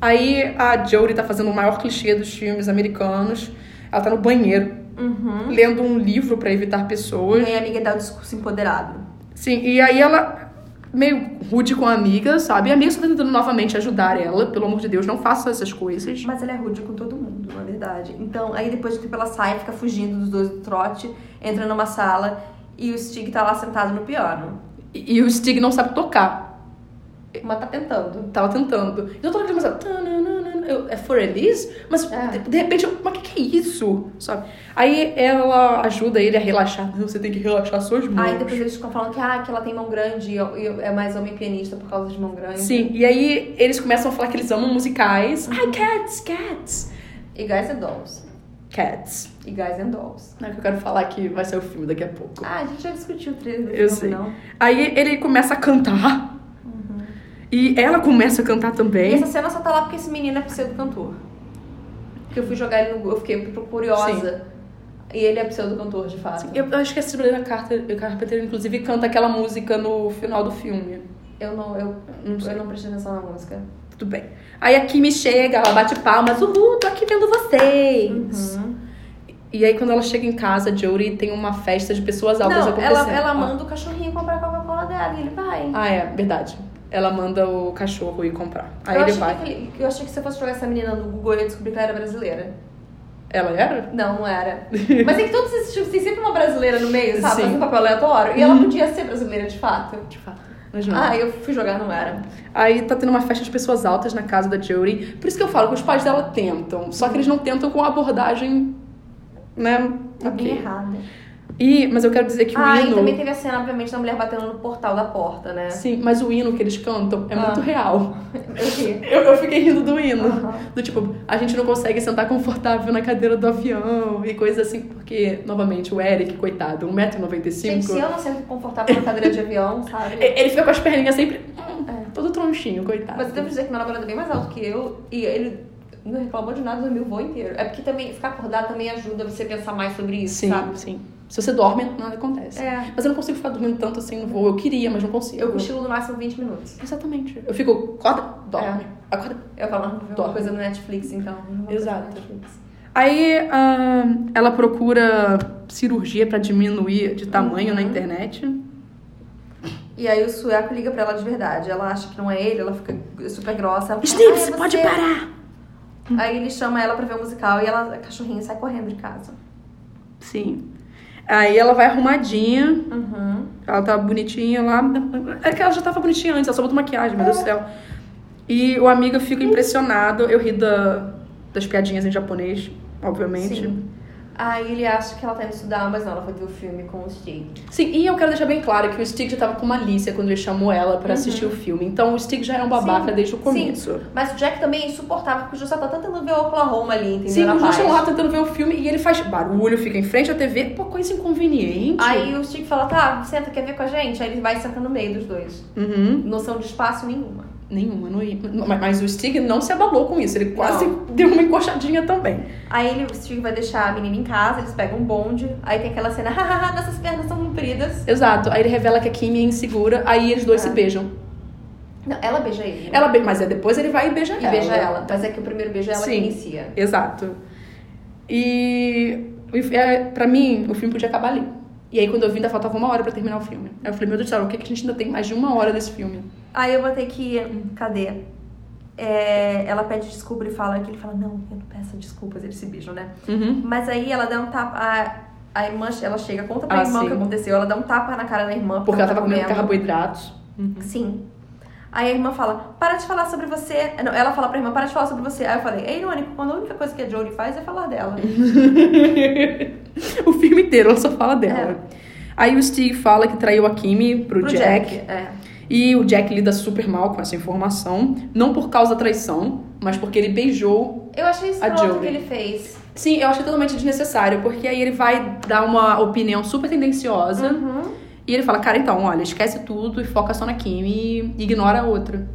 Speaker 2: Aí a Jodie tá fazendo o maior clichê dos filmes americanos. Ela tá no banheiro,
Speaker 1: Uhum.
Speaker 2: lendo um livro pra evitar pessoas.
Speaker 1: Minha amiga dá o discurso empoderado.
Speaker 2: Sim, e aí ela meio rude com a amiga, sabe? E a amiga só tá tentando novamente ajudar ela. Pelo amor de Deus, não faça essas coisas.
Speaker 1: Mas ela é rude com todo mundo, na verdade. Então, aí depois de tempo ela sai, fica fugindo dos dois do trote, entra numa sala e o Stig tá lá sentado no piano.
Speaker 2: E, e o Stig não sabe tocar.
Speaker 1: Mas tá tentando.
Speaker 2: Tava tentando. E eu tô naquela música. tananana, eu- É for Elise? Mas
Speaker 1: É.
Speaker 2: de, de repente, eu, mas o que, que é isso? Sabe? Aí ela ajuda ele a relaxar. Não, você tem que relaxar suas mãos.
Speaker 1: Aí depois eles ficam falando que, ah, que ela tem mão grande e eu- e eu- é mais homem pianista por causa de mão grande.
Speaker 2: Sim, e aí eles começam a falar que eles amam musicais. Ai, cats, cats.
Speaker 1: E Guys and Dolls.
Speaker 2: Cats.
Speaker 1: E Guys and Dolls.
Speaker 2: Não é que eu quero falar que vai ser o filme daqui a pouco.
Speaker 1: Ah, a gente já discutiu o trailer desse
Speaker 2: Eu
Speaker 1: filme,
Speaker 2: sei.
Speaker 1: não?
Speaker 2: Aí ele começa a cantar. E ela começa a cantar
Speaker 1: Uhum. E
Speaker 2: também.
Speaker 1: essa cena só tá lá porque esse menino é pseudo-cantor. Porque eu fui jogar ele no Google, eu fiquei curiosa. E ele é pseudo-cantor, de fato. eu...
Speaker 2: Eu eu acho que a Sabrina Carter, Carpenter, inclusive, canta aquela música no final do filme.
Speaker 1: não, eu,
Speaker 2: Não sei.
Speaker 1: eu não prestei atenção na música.
Speaker 2: Tudo bem. Uhum.
Speaker 1: Uhum.
Speaker 2: Aí a Kimi chega, ela bate palmas, uhul, tô aqui vendo vocês. E aí, quando ela chega em casa, Jodie tem uma festa de pessoas altas
Speaker 1: não,
Speaker 2: acontecendo.
Speaker 1: ela, ela
Speaker 2: Ah.
Speaker 1: manda o cachorrinho comprar Coca-Cola dela e ele vai.
Speaker 2: Ah, é, verdade. Ela manda o cachorro ir comprar. Aí
Speaker 1: eu,
Speaker 2: ele
Speaker 1: achei
Speaker 2: vai.
Speaker 1: Que aquele- eu achei que se eu fosse jogar essa menina no Google, eu ia descobrir que ela era brasileira.
Speaker 2: Ela era?
Speaker 1: Não, não era. Mas é que todos esses tipos, tem sempre uma brasileira no meio, sabe?
Speaker 2: Sim. Uhum.
Speaker 1: Fazendo papel aleatório. E ela podia ser brasileira de fato. Tipo,
Speaker 2: De fato. Mas não.
Speaker 1: Ah, eu fui jogar, não era.
Speaker 2: Aí tá tendo uma festa de pessoas altas na casa da Jodie. Por isso que eu falo que os pais dela tentam. Só que eles não tentam com a abordagem, né?
Speaker 1: Bem
Speaker 2: Ok. Tipo,
Speaker 1: errada.
Speaker 2: E, mas eu quero dizer que o
Speaker 1: Ah, e
Speaker 2: hino.
Speaker 1: também teve a cena, obviamente, da mulher batendo no portal da porta, né?
Speaker 2: Sim, mas o hino que eles cantam é
Speaker 1: Ah.
Speaker 2: muito real.
Speaker 1: Eu Uhum. vi.
Speaker 2: Eu, eu fiquei rindo do hino.
Speaker 1: Aham.
Speaker 2: Do tipo, a gente não consegue sentar confortável na cadeira do avião e coisas assim, porque, novamente, o Eric, coitado, 1,95m.
Speaker 1: Gente, se eu não sento confortável na cadeira de avião, sabe?
Speaker 2: Ele fica com as perninhas sempre. hum, Todo tronchinho, coitado.
Speaker 1: É. Mas eu devo dizer que meu namorado é bem mais alto que eu e ele não reclamou de nada, dormiu o voo inteiro. É porque também ficar acordado também ajuda você a pensar mais sobre isso,
Speaker 2: Sim,
Speaker 1: sabe?
Speaker 2: sim. Se você dorme, nada acontece.
Speaker 1: É.
Speaker 2: Mas eu não consigo ficar dormindo tanto assim no voo. Eu queria, mas não consigo.
Speaker 1: Eu cochilo no máximo 20 minutos.
Speaker 2: Exatamente. Eu fico, acorda, dorme.
Speaker 1: É.
Speaker 2: Acorda.
Speaker 1: Eu falo, "Ah, não, vou ver uma
Speaker 2: Dorme.
Speaker 1: coisa no Netflix, então. não vou ver
Speaker 2: Exato.
Speaker 1: no Netflix.
Speaker 2: Aí ah, ela procura cirurgia pra diminuir de tamanho na
Speaker 1: Uhum.
Speaker 2: internet.
Speaker 1: E aí o sueco liga pra ela de verdade. Ela acha que não é ele, ela fica super grossa. Ela fala,
Speaker 2: Steve,
Speaker 1: "Ah, é
Speaker 2: você pode
Speaker 1: você."
Speaker 2: parar!
Speaker 1: Aí ele chama ela pra ver o musical e ela, a cachorrinha, sai correndo de casa.
Speaker 2: Sim. Aí ela vai arrumadinha,
Speaker 1: Uhum.
Speaker 2: ela tá bonitinha lá. É que ela já tava bonitinha antes, ela só botou maquiagem, meu Deus do céu. E o amigo fica impressionado. Eu ri da- das piadinhas em japonês, obviamente.
Speaker 1: Sim. Aí ele acha que ela tá indo estudar, mas não, ela foi ver o filme com o Steve.
Speaker 2: Sim, e eu quero deixar bem claro que o Stig já tava com malícia quando ele chamou ela pra assistir o filme. Então o Stig já era um babaca
Speaker 1: Sim,
Speaker 2: desde o
Speaker 1: sim.
Speaker 2: começo.
Speaker 1: Mas o Jack também é insuportável, porque o Joe só tá tentando ver o Oklahoma ali, entendeu?
Speaker 2: Sim,
Speaker 1: Na
Speaker 2: o
Speaker 1: paz.
Speaker 2: Justin lá tá tentando ver o filme e ele faz barulho, fica em frente à TV. Pô, coisa inconveniente.
Speaker 1: Aí o Steve fala, tá, senta, quer ver com a gente? Aí ele vai e senta no meio dos dois.
Speaker 2: Uhum.
Speaker 1: Noção de espaço nenhuma.
Speaker 2: Nenhuma, não ia. Mas, mas o Stig não se abalou com isso. Ele quase
Speaker 1: Não.
Speaker 2: deu uma encoxadinha também.
Speaker 1: Aí ele, o Steve vai deixar a menina em casa, eles pegam um bonde. Aí tem aquela cena, hahaha, nossas pernas são compridas.
Speaker 2: Exato. Aí ele revela que a Kim é insegura, aí eles dois
Speaker 1: É.
Speaker 2: se beijam.
Speaker 1: Não, ela beija ele. né?
Speaker 2: Ela be... Mas é depois ele vai e beija
Speaker 1: E
Speaker 2: ela.
Speaker 1: beija ela. Mas é que o primeiro beijo é ela que
Speaker 2: Sim.
Speaker 1: inicia.
Speaker 2: Exato. E e, é, pra mim, o filme podia acabar ali. E aí, quando eu vim, ainda faltava uma hora pra terminar o filme. Aí eu falei, meu Deus do céu, o que, que a gente ainda tem mais de uma hora desse filme?
Speaker 1: Aí eu botei que. hum, Cadê? É, ela pede desculpa e fala que ele fala, não, eu não peço desculpas, eles se beijam, né?
Speaker 2: Uhum.
Speaker 1: Mas aí ela dá um tapa. A, a irmã, ela chega, conta pra
Speaker 2: Ah,
Speaker 1: irmã o que
Speaker 2: sim.
Speaker 1: aconteceu. Ela dá um tapa na cara da irmã.
Speaker 2: Porque ela
Speaker 1: tá
Speaker 2: tava comendo carboidratos.
Speaker 1: Sim. Aí a irmã fala, para de falar sobre você. Não, ela fala pra irmã, para de falar sobre você. Aí eu falei, é irônico, quando a única coisa que a Jodie faz é falar dela.
Speaker 2: o filme inteiro, ela só fala dela. Aí o Stig fala que traiu a Kimi pro,
Speaker 1: É. Pro
Speaker 2: Jack.
Speaker 1: É.
Speaker 2: E o Jack lida super mal com essa informação, não por causa da traição, mas porque ele beijou.
Speaker 1: Eu achei estranho o que
Speaker 2: Jodie.
Speaker 1: ele fez.
Speaker 2: Sim, eu achei totalmente desnecessário, porque aí ele vai dar uma opinião super tendenciosa
Speaker 1: Uhum.
Speaker 2: e ele fala: "Cara, então, olha, esquece tudo e foca só na Kim e ignora a outra".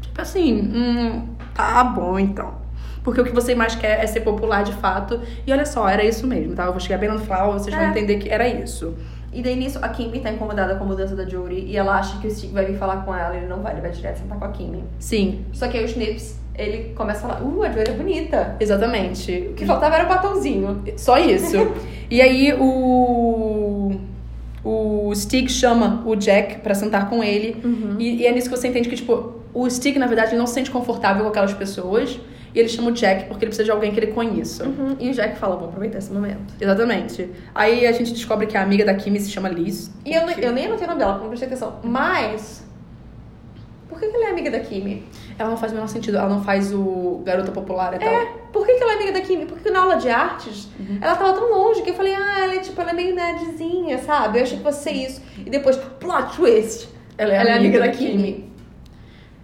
Speaker 2: Tipo assim, hum, tá bom então. Porque o que você mais quer é ser popular de fato. E olha só, era isso mesmo, tá? Eu vou chegar bem no final, vocês
Speaker 1: É.
Speaker 2: vão entender que era isso.
Speaker 1: E daí nisso, a Kimmy tá incomodada com a mudança da Jodie e ela acha que o Stig vai vir falar com ela. Ele não vai, ele vai direto sentar com a Kimmy.
Speaker 2: Sim,
Speaker 1: Só que aí o Snips, ele começa a falar, uh, a Jodie é bonita.
Speaker 2: exatamente.
Speaker 1: O que faltava era o batonzinho.
Speaker 2: Só isso. e aí o. O Stig chama o Jack pra sentar com ele.
Speaker 1: Uhum.
Speaker 2: E, e é nisso que você entende que, tipo, o Stig, na verdade, ele não se sente confortável com aquelas pessoas. E ele chama o Jack porque ele precisa de alguém que ele conheça.
Speaker 1: Uhum. E o Jack fala, vou aproveitar esse momento.
Speaker 2: Exatamente. Aí a gente descobre que a amiga da Kimi se chama Liz.
Speaker 1: E eu, eu nem anotei o nome dela, porque eu não prestei atenção. Mas. Por que, que ela é amiga da Kimi?
Speaker 2: Ela não faz o menor sentido. Ela não faz o garota popular e tal.
Speaker 1: Por que, que ela é amiga da Kimi? Porque na aula de artes, ela tava tão longe que eu falei, ah, ela é tipo, ela é meio nerdzinha, sabe? Eu achei que fosse ser isso. E depois, plot twist! Ela é amiga da Kimi.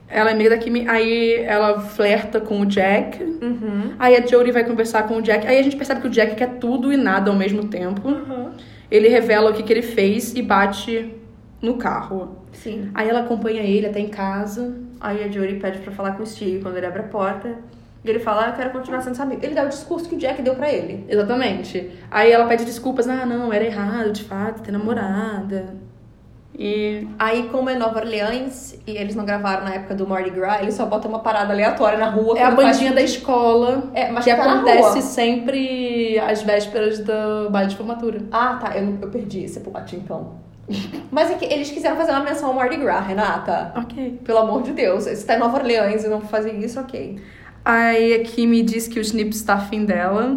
Speaker 2: Ela é amiga da Kimi. Aí ela flerta com o Jack.
Speaker 1: Uhum.
Speaker 2: Aí a Jodie vai conversar com o Jack. Aí a gente percebe que o Jack quer tudo e nada ao mesmo tempo.
Speaker 1: Uhum.
Speaker 2: Ele revela o que, que ele fez e bate no carro.
Speaker 1: Sim.
Speaker 2: Aí ela acompanha ele até em casa.
Speaker 1: Aí a Jory pede pra falar com o Steve quando ele abre a porta. E ele fala, ah, eu quero continuar sendo seu amigo. Ele dá o discurso que o Jack deu pra ele.
Speaker 2: Exatamente. Aí ela pede desculpas. Ah, não, era errado, de fato, ter namorada. E
Speaker 1: Aí, como é Nova Orleans e eles não gravaram na época do Mardi Gras, eles só botam uma parada aleatória na rua.
Speaker 2: é a
Speaker 1: quando faz-
Speaker 2: bandinha da escola.
Speaker 1: É, mas
Speaker 2: que
Speaker 1: tá na
Speaker 2: acontece
Speaker 1: rua.
Speaker 2: sempre às vésperas do baile de formatura.
Speaker 1: Ah, tá. Eu, eu perdi esse plot, então. Mas é que eles quiseram fazer uma menção ao Mardi Gras, Renata.
Speaker 2: Ok.
Speaker 1: Pelo amor de Deus. Se tá em Nova Orleans e não fazer isso, ok.
Speaker 2: Aí a Kimi diz que o Snip está afim dela.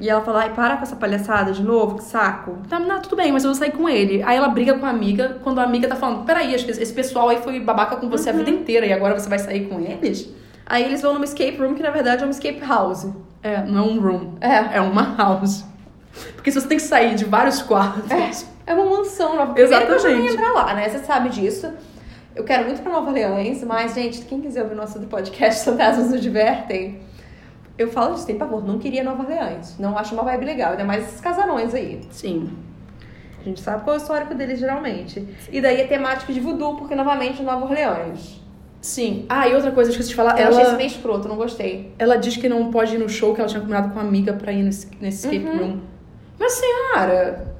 Speaker 1: E ela fala, ai, para com essa palhaçada de novo, que saco.
Speaker 2: Tá, não, tudo bem, mas eu vou sair com ele. Aí ela briga com a amiga, quando a amiga tá falando, peraí, acho que esse pessoal aí foi babaca com você a vida
Speaker 1: Uhum.
Speaker 2: inteira e agora você vai sair com eles?
Speaker 1: Aí eles vão numa escape room, que na verdade é uma escape house.
Speaker 2: É, não é um room.
Speaker 1: É.
Speaker 2: É uma house. Porque se você tem que sair de vários quartos.
Speaker 1: É uma mansão. Nova... Primeiro que eu já nem ia
Speaker 2: Exatamente.
Speaker 1: entrar lá, né? Você sabe disso. Eu quero muito pra Nova Orleans, mas, gente, quem quiser ouvir nosso outro podcast Fantasmas Nos Divertem, eu falo disso, tem pavor. Não queria Nova Orleans. Não acho uma vibe legal, ainda mais esses casarões aí.
Speaker 2: Sim.
Speaker 1: A gente sabe qual é o histórico deles, geralmente. E daí é temática de voodoo, porque, novamente, Nova Orleans.
Speaker 2: Sim. Ah, e outra coisa, esqueci de falar.
Speaker 1: Eu achei isso
Speaker 2: Ela,
Speaker 1: meio escroto, não gostei.
Speaker 2: ela diz que não pode ir no show que ela tinha combinado com a amiga pra ir nesse, nesse escape
Speaker 1: Uhum.
Speaker 2: room. Mas, senhora,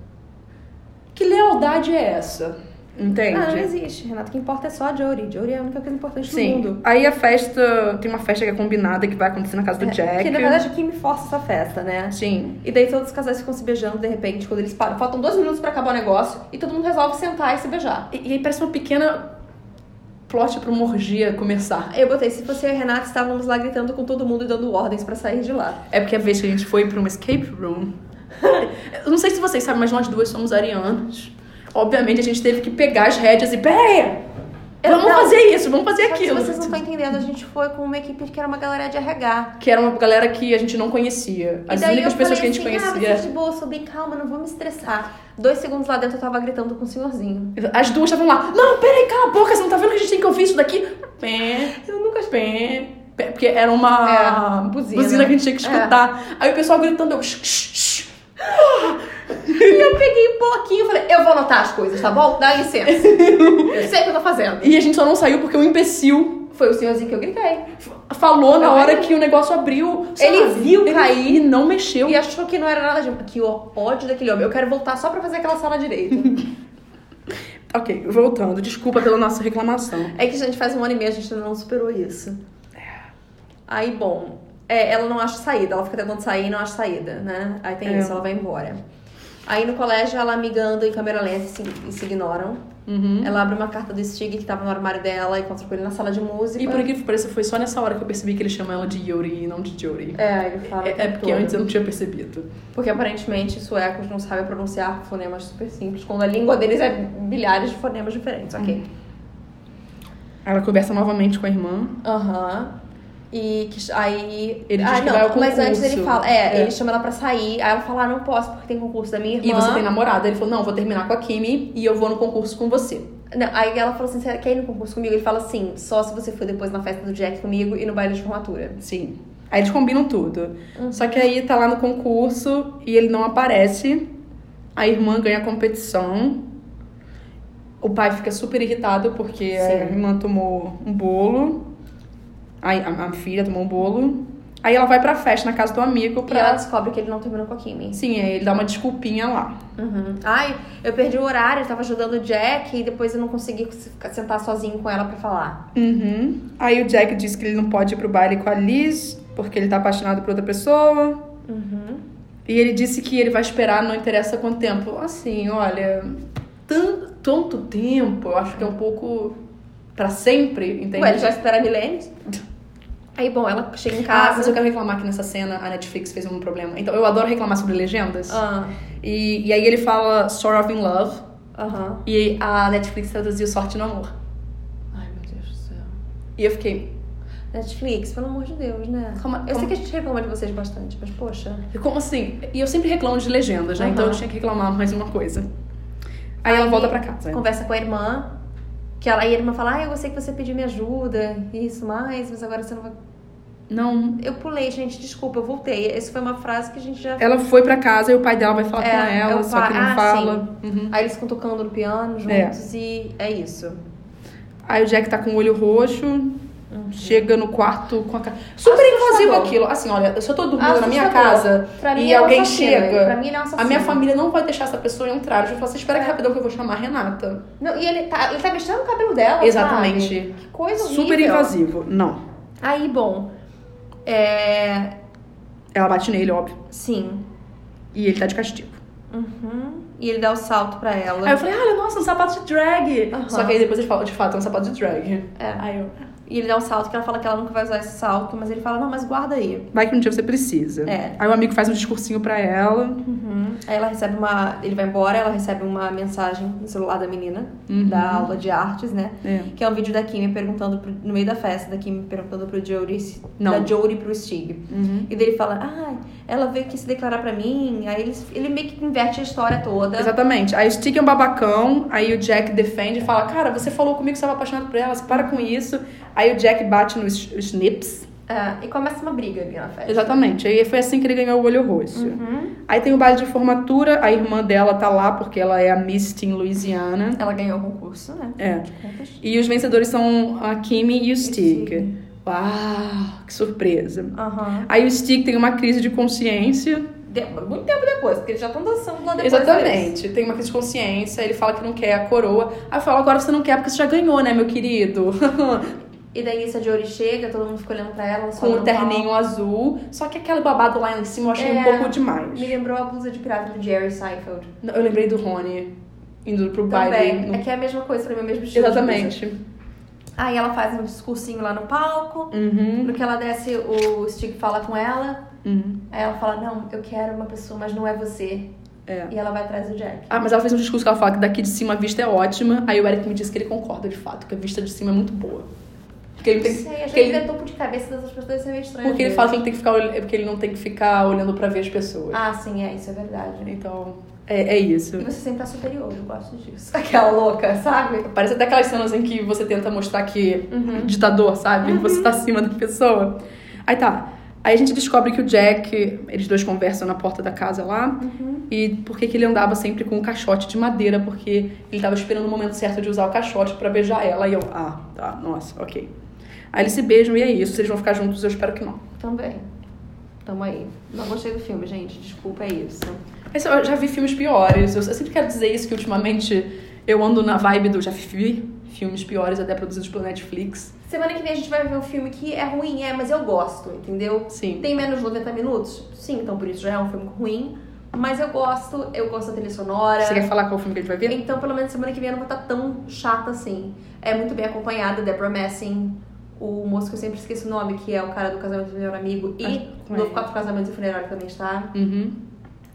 Speaker 2: que lealdade é essa? Entende?
Speaker 1: Ah, não existe, Renato. O que importa é só a Jory. Jory é a única coisa importante do mundo.
Speaker 2: Aí a festa. Tem uma festa que é combinada que vai acontecer na casa do Jack.
Speaker 1: Porque, É, na verdade, quem me força essa festa, né?
Speaker 2: Sim.
Speaker 1: E daí todos os casais ficam se beijando de repente, quando eles param. Faltam dois minutos pra acabar o negócio e todo mundo resolve sentar e se beijar.
Speaker 2: E, e aí parece uma pequena plot pra uma orgia começar.
Speaker 1: Eu botei, se você e a Renata estávamos lá gritando com todo mundo e dando ordens pra sair de lá.
Speaker 2: É porque a vez que a gente foi pra uma escape room. Eu não sei se vocês sabem, mas nós duas somos arianas. Obviamente a gente teve que pegar as rédeas e. Peraí!
Speaker 1: Eu-
Speaker 2: Vamos
Speaker 1: não.
Speaker 2: fazer isso, vamos fazer
Speaker 1: Só que
Speaker 2: aquilo.
Speaker 1: Se vocês não estão entendendo, a gente foi com uma equipe que era uma galera de RH.
Speaker 2: Que era uma galera que a gente não conhecia. As
Speaker 1: e daí
Speaker 2: únicas
Speaker 1: eu
Speaker 2: pessoas que a
Speaker 1: falei
Speaker 2: gente
Speaker 1: assim, ah,
Speaker 2: conhecia.
Speaker 1: vocês de boa, sou bem calma, não vou me estressar. Dois segundos lá dentro eu tava gritando com o senhorzinho.
Speaker 2: As duas estavam lá. Não, peraí, cala a boca, você não tá vendo que a gente tem que ouvir isso daqui? Pé.
Speaker 1: Eu nunca
Speaker 2: Pé, pé, Porque era uma
Speaker 1: É, buzina.
Speaker 2: que a gente tinha que
Speaker 1: É.
Speaker 2: escutar. Aí o pessoal gritando, eu. "Shh, shh, shh."
Speaker 1: E eu peguei um bloquinho e falei, eu vou anotar as coisas, tá bom? Dá licença. eu sei o que eu tô fazendo.
Speaker 2: E a gente só não saiu porque o imbecil
Speaker 1: Foi o senhorzinho que eu gritei.
Speaker 2: falou na
Speaker 1: Ai.
Speaker 2: hora que o negócio abriu.
Speaker 1: Ele viu
Speaker 2: cair e não mexeu.
Speaker 1: E achou que não era nada de. Que o ódio daquele homem. Eu quero voltar só pra fazer aquela sala direito.
Speaker 2: Ok, voltando. Desculpa pela nossa reclamação.
Speaker 1: é que, gente, faz um ano e meio a gente ainda não superou isso.
Speaker 2: É.
Speaker 1: Aí, bom. é, ela não acha saída. Ela fica tentando sair e não acha saída, né? Aí tem
Speaker 2: É.
Speaker 1: isso, ela vai embora. Aí no colégio, ela amigando em câmera lenta e se, e se ignoram.
Speaker 2: Uhum.
Speaker 1: Ela abre uma carta do Stig que tava no armário dela e encontra com ele na sala de música.
Speaker 2: E por incrível que pareça, foi só nessa hora que eu percebi que ele chama ela de Yuri e não de Yuri.
Speaker 1: É, aí ele fala. o
Speaker 2: É, é
Speaker 1: tempo
Speaker 2: porque
Speaker 1: todo.
Speaker 2: antes eu não tinha percebido.
Speaker 1: Porque aparentemente suecos não sabem pronunciar fonemas super simples, quando a língua deles é milhares de fonemas diferentes, ok?
Speaker 2: Uhum. Ela conversa novamente com a irmã.
Speaker 1: Aham. E que, aí.
Speaker 2: Ele diz
Speaker 1: ah,
Speaker 2: que
Speaker 1: não,
Speaker 2: vai ao
Speaker 1: mas
Speaker 2: concurso.
Speaker 1: antes ele fala. É,
Speaker 2: É.
Speaker 1: ele chama ela pra sair. Aí ela fala: ah, não posso porque tem concurso da minha irmã.
Speaker 2: E você tem namorada. Ele falou, não, vou terminar com a Kimi e eu vou no concurso com você.
Speaker 1: Não, aí ela fala assim: você quer ir no concurso comigo? Ele fala assim: só se você for depois na festa do Jack comigo e no baile de formatura.
Speaker 2: Sim. Aí eles combinam tudo.
Speaker 1: Uhum.
Speaker 2: Só que aí tá lá no concurso e ele não aparece. A irmã ganha a competição. O pai fica super irritado porque a
Speaker 1: Sim.
Speaker 2: irmã tomou um bolo. Aí a, a filha tomou um bolo. Aí ela vai pra festa na casa do amigo
Speaker 1: E ela
Speaker 2: pra.
Speaker 1: descobre que ele não terminou com a Kimmy.
Speaker 2: Sim, aí ele dá uma desculpinha lá.
Speaker 1: Uhum. Ai, eu perdi o horário, eu tava ajudando o Jack e depois eu não consegui ficar- sentar sozinho com ela pra falar.
Speaker 2: Uhum. Aí o Jack diz que ele não pode ir pro baile com a Liz porque ele tá apaixonado por outra pessoa.
Speaker 1: Uhum.
Speaker 2: E ele disse que ele vai esperar, não interessa quanto tempo. Assim, olha, tan- tanto tempo, eu acho que é um pouco pra sempre, entende?
Speaker 1: Ué, ele já espera milênios? Aí, bom, ela chega em
Speaker 2: Ah, mas
Speaker 1: casa.
Speaker 2: eu quero reclamar que nessa cena a Netflix fez um problema. Então, eu adoro reclamar sobre legendas.
Speaker 1: Ah,
Speaker 2: E, e aí ele fala Sort of in Love
Speaker 1: Aham.
Speaker 2: e a Netflix traduziu Sorte no Amor.
Speaker 1: Ai, meu Deus do céu.
Speaker 2: E eu fiquei,
Speaker 1: Netflix, pelo amor de Deus, né?
Speaker 2: Calma,
Speaker 1: Eu sei
Speaker 2: calma.
Speaker 1: que a gente reclama de vocês bastante, mas poxa.
Speaker 2: como assim? E eu sempre reclamo de legendas, né?
Speaker 1: Aham.
Speaker 2: Então eu tinha que reclamar mais uma coisa. Aí,
Speaker 1: Aí-
Speaker 2: ela volta pra casa.
Speaker 1: Conversa com a irmã, que ela, aí a irmã fala: Ah, eu sei que você pediu minha ajuda, e isso mais, mas agora você não vai.
Speaker 2: Não,
Speaker 1: Eu pulei, gente, desculpa, eu voltei. Essa foi uma frase que a gente já.
Speaker 2: ela foi pra casa e o pai dela vai falar
Speaker 1: É,
Speaker 2: com
Speaker 1: é
Speaker 2: ela,
Speaker 1: o
Speaker 2: só que
Speaker 1: pai-
Speaker 2: não
Speaker 1: ah,
Speaker 2: fala. Uhum.
Speaker 1: Aí eles ficam tocando no piano juntos e é isso.
Speaker 2: Aí o Jack tá com o olho roxo. Chega no quarto com a cara. Super
Speaker 1: Uhum. Assustador.
Speaker 2: invasivo aquilo. Assim, olha, se eu tô dormindo na minha
Speaker 1: Assustador.
Speaker 2: casa
Speaker 1: Pra mim,
Speaker 2: e
Speaker 1: ele é um
Speaker 2: alguém
Speaker 1: assassino,
Speaker 2: chega.
Speaker 1: ele- Pra mim, ele é um
Speaker 2: a
Speaker 1: assassino.
Speaker 2: minha família não vai deixar essa pessoa entrar. Eu vou falar, você
Speaker 1: É.
Speaker 2: espera que rapidão que eu vou chamar a Renata.
Speaker 1: Não, e ele tá, ele tá mexendo no cabelo dela.
Speaker 2: Exatamente.
Speaker 1: sabe? Que coisa horrível.
Speaker 2: Super invasivo. Não.
Speaker 1: Aí, bom. É.
Speaker 2: Ela bate nele, óbvio.
Speaker 1: Sim.
Speaker 2: E ele tá de castigo.
Speaker 1: Uhum. E ele dá o salto pra ela.
Speaker 2: Aí eu falei, olha, nossa, um sapato de drag.
Speaker 1: Aham.
Speaker 2: Só que aí depois ele fala, de fato, é um sapato de drag.
Speaker 1: É.
Speaker 2: Aí eu,
Speaker 1: E ele dá um salto que ela fala que ela nunca vai usar esse salto, mas ele fala, não, mas guarda aí.
Speaker 2: vai que um dia você precisa.
Speaker 1: É.
Speaker 2: Aí o amigo faz um discursinho pra ela.
Speaker 1: Uhum. Aí ela recebe uma. Ele vai embora, ela recebe uma mensagem no celular da menina, da aula de artes, né?
Speaker 2: Uhum. É.
Speaker 1: Que é um vídeo da Kim perguntando pro- no meio da festa, da Kim perguntando pro Jody, se-
Speaker 2: Não.
Speaker 1: da Jody pro Stig.
Speaker 2: Uhum.
Speaker 1: E daí ele fala, ah, ela veio aqui se declarar pra mim. Aí ele, ele meio que inverte a história toda.
Speaker 2: Exatamente. Aí o Stig é um babacão, aí o Jack defende e fala: Cara, você falou comigo que estava apaixonado por ela, você para com isso. Aí o Jack bate nos os snips.
Speaker 1: É, e começa uma briga ali na festa.
Speaker 2: Exatamente. Aí foi assim que ele ganhou o olho roxo.
Speaker 1: Uhum.
Speaker 2: Aí tem o baile de formatura, a irmã dela tá lá porque ela é a Miss Teen Louisiana.
Speaker 1: Ela ganhou o concurso, né?
Speaker 2: É.
Speaker 1: De contas.
Speaker 2: E os vencedores são a Kimi e o Stig.
Speaker 1: Stig.
Speaker 2: Uau, Ah, que surpresa.
Speaker 1: Aham.
Speaker 2: Aí o Stig tem uma crise de consciência.
Speaker 1: De- Muito tempo depois, porque eles já estão dançando lá depois. né? deles.
Speaker 2: Exatamente. é Tem uma crise de consciência, ele fala que não quer a coroa. Aí eu falo, agora você não quer porque você já ganhou, né, meu querido?
Speaker 1: E daí essa Jory chega, todo mundo fica olhando pra ela. ela só um
Speaker 2: Com o
Speaker 1: não
Speaker 2: terninho azul. Só que aquele babado lá em cima eu achei um
Speaker 1: É.
Speaker 2: pouco
Speaker 1: fala. Me
Speaker 2: demais.
Speaker 1: lembrou a blusa de pirata do Jerry Seinfeld.
Speaker 2: Não, Eu lembrei do Rony indo pro baile.
Speaker 1: Também.
Speaker 2: no-
Speaker 1: É que é a mesma coisa pra mim, o mesmo estilo de
Speaker 2: Exatamente.
Speaker 1: blusa. Aí ela faz um discursinho lá no palco.
Speaker 2: Uhum.
Speaker 1: No que ela desce, o Stig fala com ela.
Speaker 2: Uhum.
Speaker 1: Aí ela fala, não, eu quero uma pessoa, mas não é você.
Speaker 2: É.
Speaker 1: E ela vai atrás do Jack.
Speaker 2: Ah, mas ela fez um discurso que ela fala que daqui de cima a vista é ótima. Aí o Eric me disse que ele concorda de fato, que a vista de cima é muito boa. Porque ele
Speaker 1: Não
Speaker 2: tem
Speaker 1: sei, acho
Speaker 2: porque
Speaker 1: que ele
Speaker 2: ele,
Speaker 1: é topo de cabeça das pessoas deve ser meio estranho.
Speaker 2: porque ele
Speaker 1: mesmo.
Speaker 2: fala que ele tem que ficar olh- é porque ele não tem que ficar olhando pra ver as pessoas.
Speaker 1: Ah, sim, é, isso é verdade.
Speaker 2: Então, é, é isso.
Speaker 1: E você sempre é superior, eu gosto disso. Aquela louca, sabe?
Speaker 2: Parece até aquelas cenas em que você tenta mostrar que
Speaker 1: Uhum.
Speaker 2: ditador, sabe? Você tá acima da pessoa. Aí tá. Aí a gente descobre que o Jack, eles dois conversam na porta da casa lá.
Speaker 1: Uhum.
Speaker 2: E por que que ele andava sempre com um caixote de madeira? Porque ele tava esperando o momento certo de usar o caixote pra beijar ela. E eu, ah, tá, nossa, ok. Aí eles se beijam e é isso. Se eles vão ficar juntos, eu espero que não.
Speaker 1: Também. Tamo aí. Não gostei do filme, gente. Desculpa, é isso.
Speaker 2: Mas eu já vi filmes piores. Eu, eu sempre quero dizer isso, que ultimamente eu ando na vibe do já vi filmes piores, até produzidos pelo Netflix.
Speaker 1: Semana que vem a gente vai ver um filme que é ruim, é, mas eu gosto, entendeu?
Speaker 2: Sim.
Speaker 1: Tem menos de 90 minutos? Sim, então por isso já é um filme ruim. Mas eu gosto, eu gosto da trilha sonora.
Speaker 2: Você quer falar qual filme que a gente vai ver?
Speaker 1: Então, pelo menos semana que vem eu não vou estar tão chata assim. É muito bem acompanhada, Deborah Messing, o moço que eu sempre esqueço o nome, que é o cara do casamento do melhor amigo, e
Speaker 2: Ah,
Speaker 1: do
Speaker 2: é.
Speaker 1: novo quatro casamentos e funerário também está.
Speaker 2: Uhum.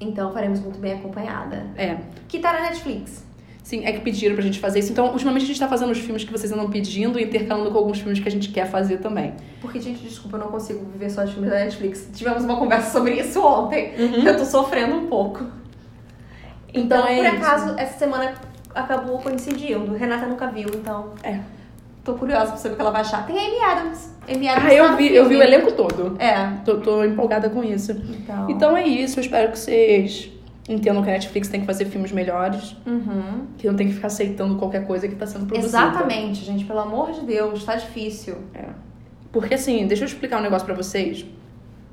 Speaker 1: Então faremos muito bem acompanhada.
Speaker 2: É.
Speaker 1: Que tá na Netflix.
Speaker 2: Sim, é que pediram pra gente fazer isso. Então, ultimamente a gente tá fazendo os filmes que vocês andam pedindo e intercalando com alguns filmes que a gente quer fazer também.
Speaker 1: Porque, gente, desculpa, eu não consigo viver só de filmes da Netflix. Tivemos uma conversa sobre isso ontem. Eu tô sofrendo um pouco.
Speaker 2: Uhum.
Speaker 1: Então,
Speaker 2: Então, é
Speaker 1: por
Speaker 2: isso.
Speaker 1: acaso, essa semana acabou coincidindo. Renata nunca viu, então.
Speaker 2: É.
Speaker 1: Tô curiosa pra saber o que ela vai achar. Tem Amy Adams. Amy Adams
Speaker 2: Ah,
Speaker 1: tá
Speaker 2: eu
Speaker 1: no
Speaker 2: vi,
Speaker 1: filme.
Speaker 2: eu vi o elenco todo.
Speaker 1: É.
Speaker 2: Tô, tô empolgada com isso.
Speaker 1: Então.
Speaker 2: Então é isso, eu espero que vocês entendam que a Netflix tem que fazer filmes melhores,
Speaker 1: Uhum.
Speaker 2: que não tem que ficar aceitando qualquer coisa que tá sendo produzida.
Speaker 1: Exatamente, gente. Pelo amor de Deus, tá difícil.
Speaker 2: Porque assim, deixa eu explicar um negócio pra vocês.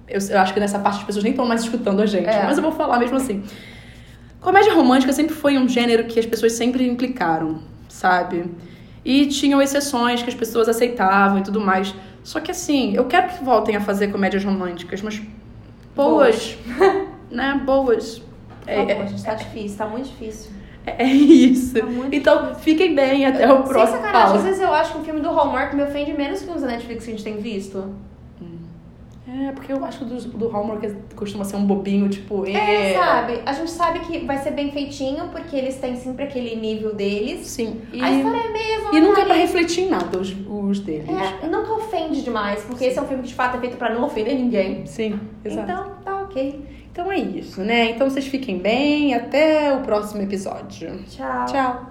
Speaker 2: Eu, eu acho que nessa parte as pessoas nem estão mais escutando a gente,
Speaker 1: É.
Speaker 2: mas eu vou falar mesmo assim. Comédia romântica sempre foi um gênero que as pessoas sempre implicaram, sabe? E tinham exceções que as pessoas aceitavam e tudo mais. Só que assim, eu quero que voltem a fazer comédias românticas, mas boas, né? Boas.
Speaker 1: Por
Speaker 2: É,
Speaker 1: favor,
Speaker 2: é-
Speaker 1: gente, tá difícil, tá muito difícil.
Speaker 2: é isso.
Speaker 1: Tá muito
Speaker 2: Então, fiquem bem até o
Speaker 1: Sem
Speaker 2: próximo.
Speaker 1: sacanagem,
Speaker 2: Paulo.
Speaker 1: às vezes eu acho que um filme do Hallmark me ofende menos que uns da Netflix que a gente tem visto.
Speaker 2: É, porque eu acho que o do, do Hallmark costuma ser um bobinho, tipo,
Speaker 1: É,
Speaker 2: é,
Speaker 1: sabe? A gente sabe que vai ser bem feitinho, porque eles têm sempre aquele nível deles.
Speaker 2: Sim. E,
Speaker 1: A história é mesmo.
Speaker 2: e nunca é pra refletir em nada os, os deles.
Speaker 1: É, nunca ofende demais, porque esse é um filme que de fato é feito pra não ofender ninguém.
Speaker 2: Sim, exato.
Speaker 1: Então, tá ok.
Speaker 2: Então, é isso, né? Então vocês fiquem bem. Até o próximo episódio. Tchau.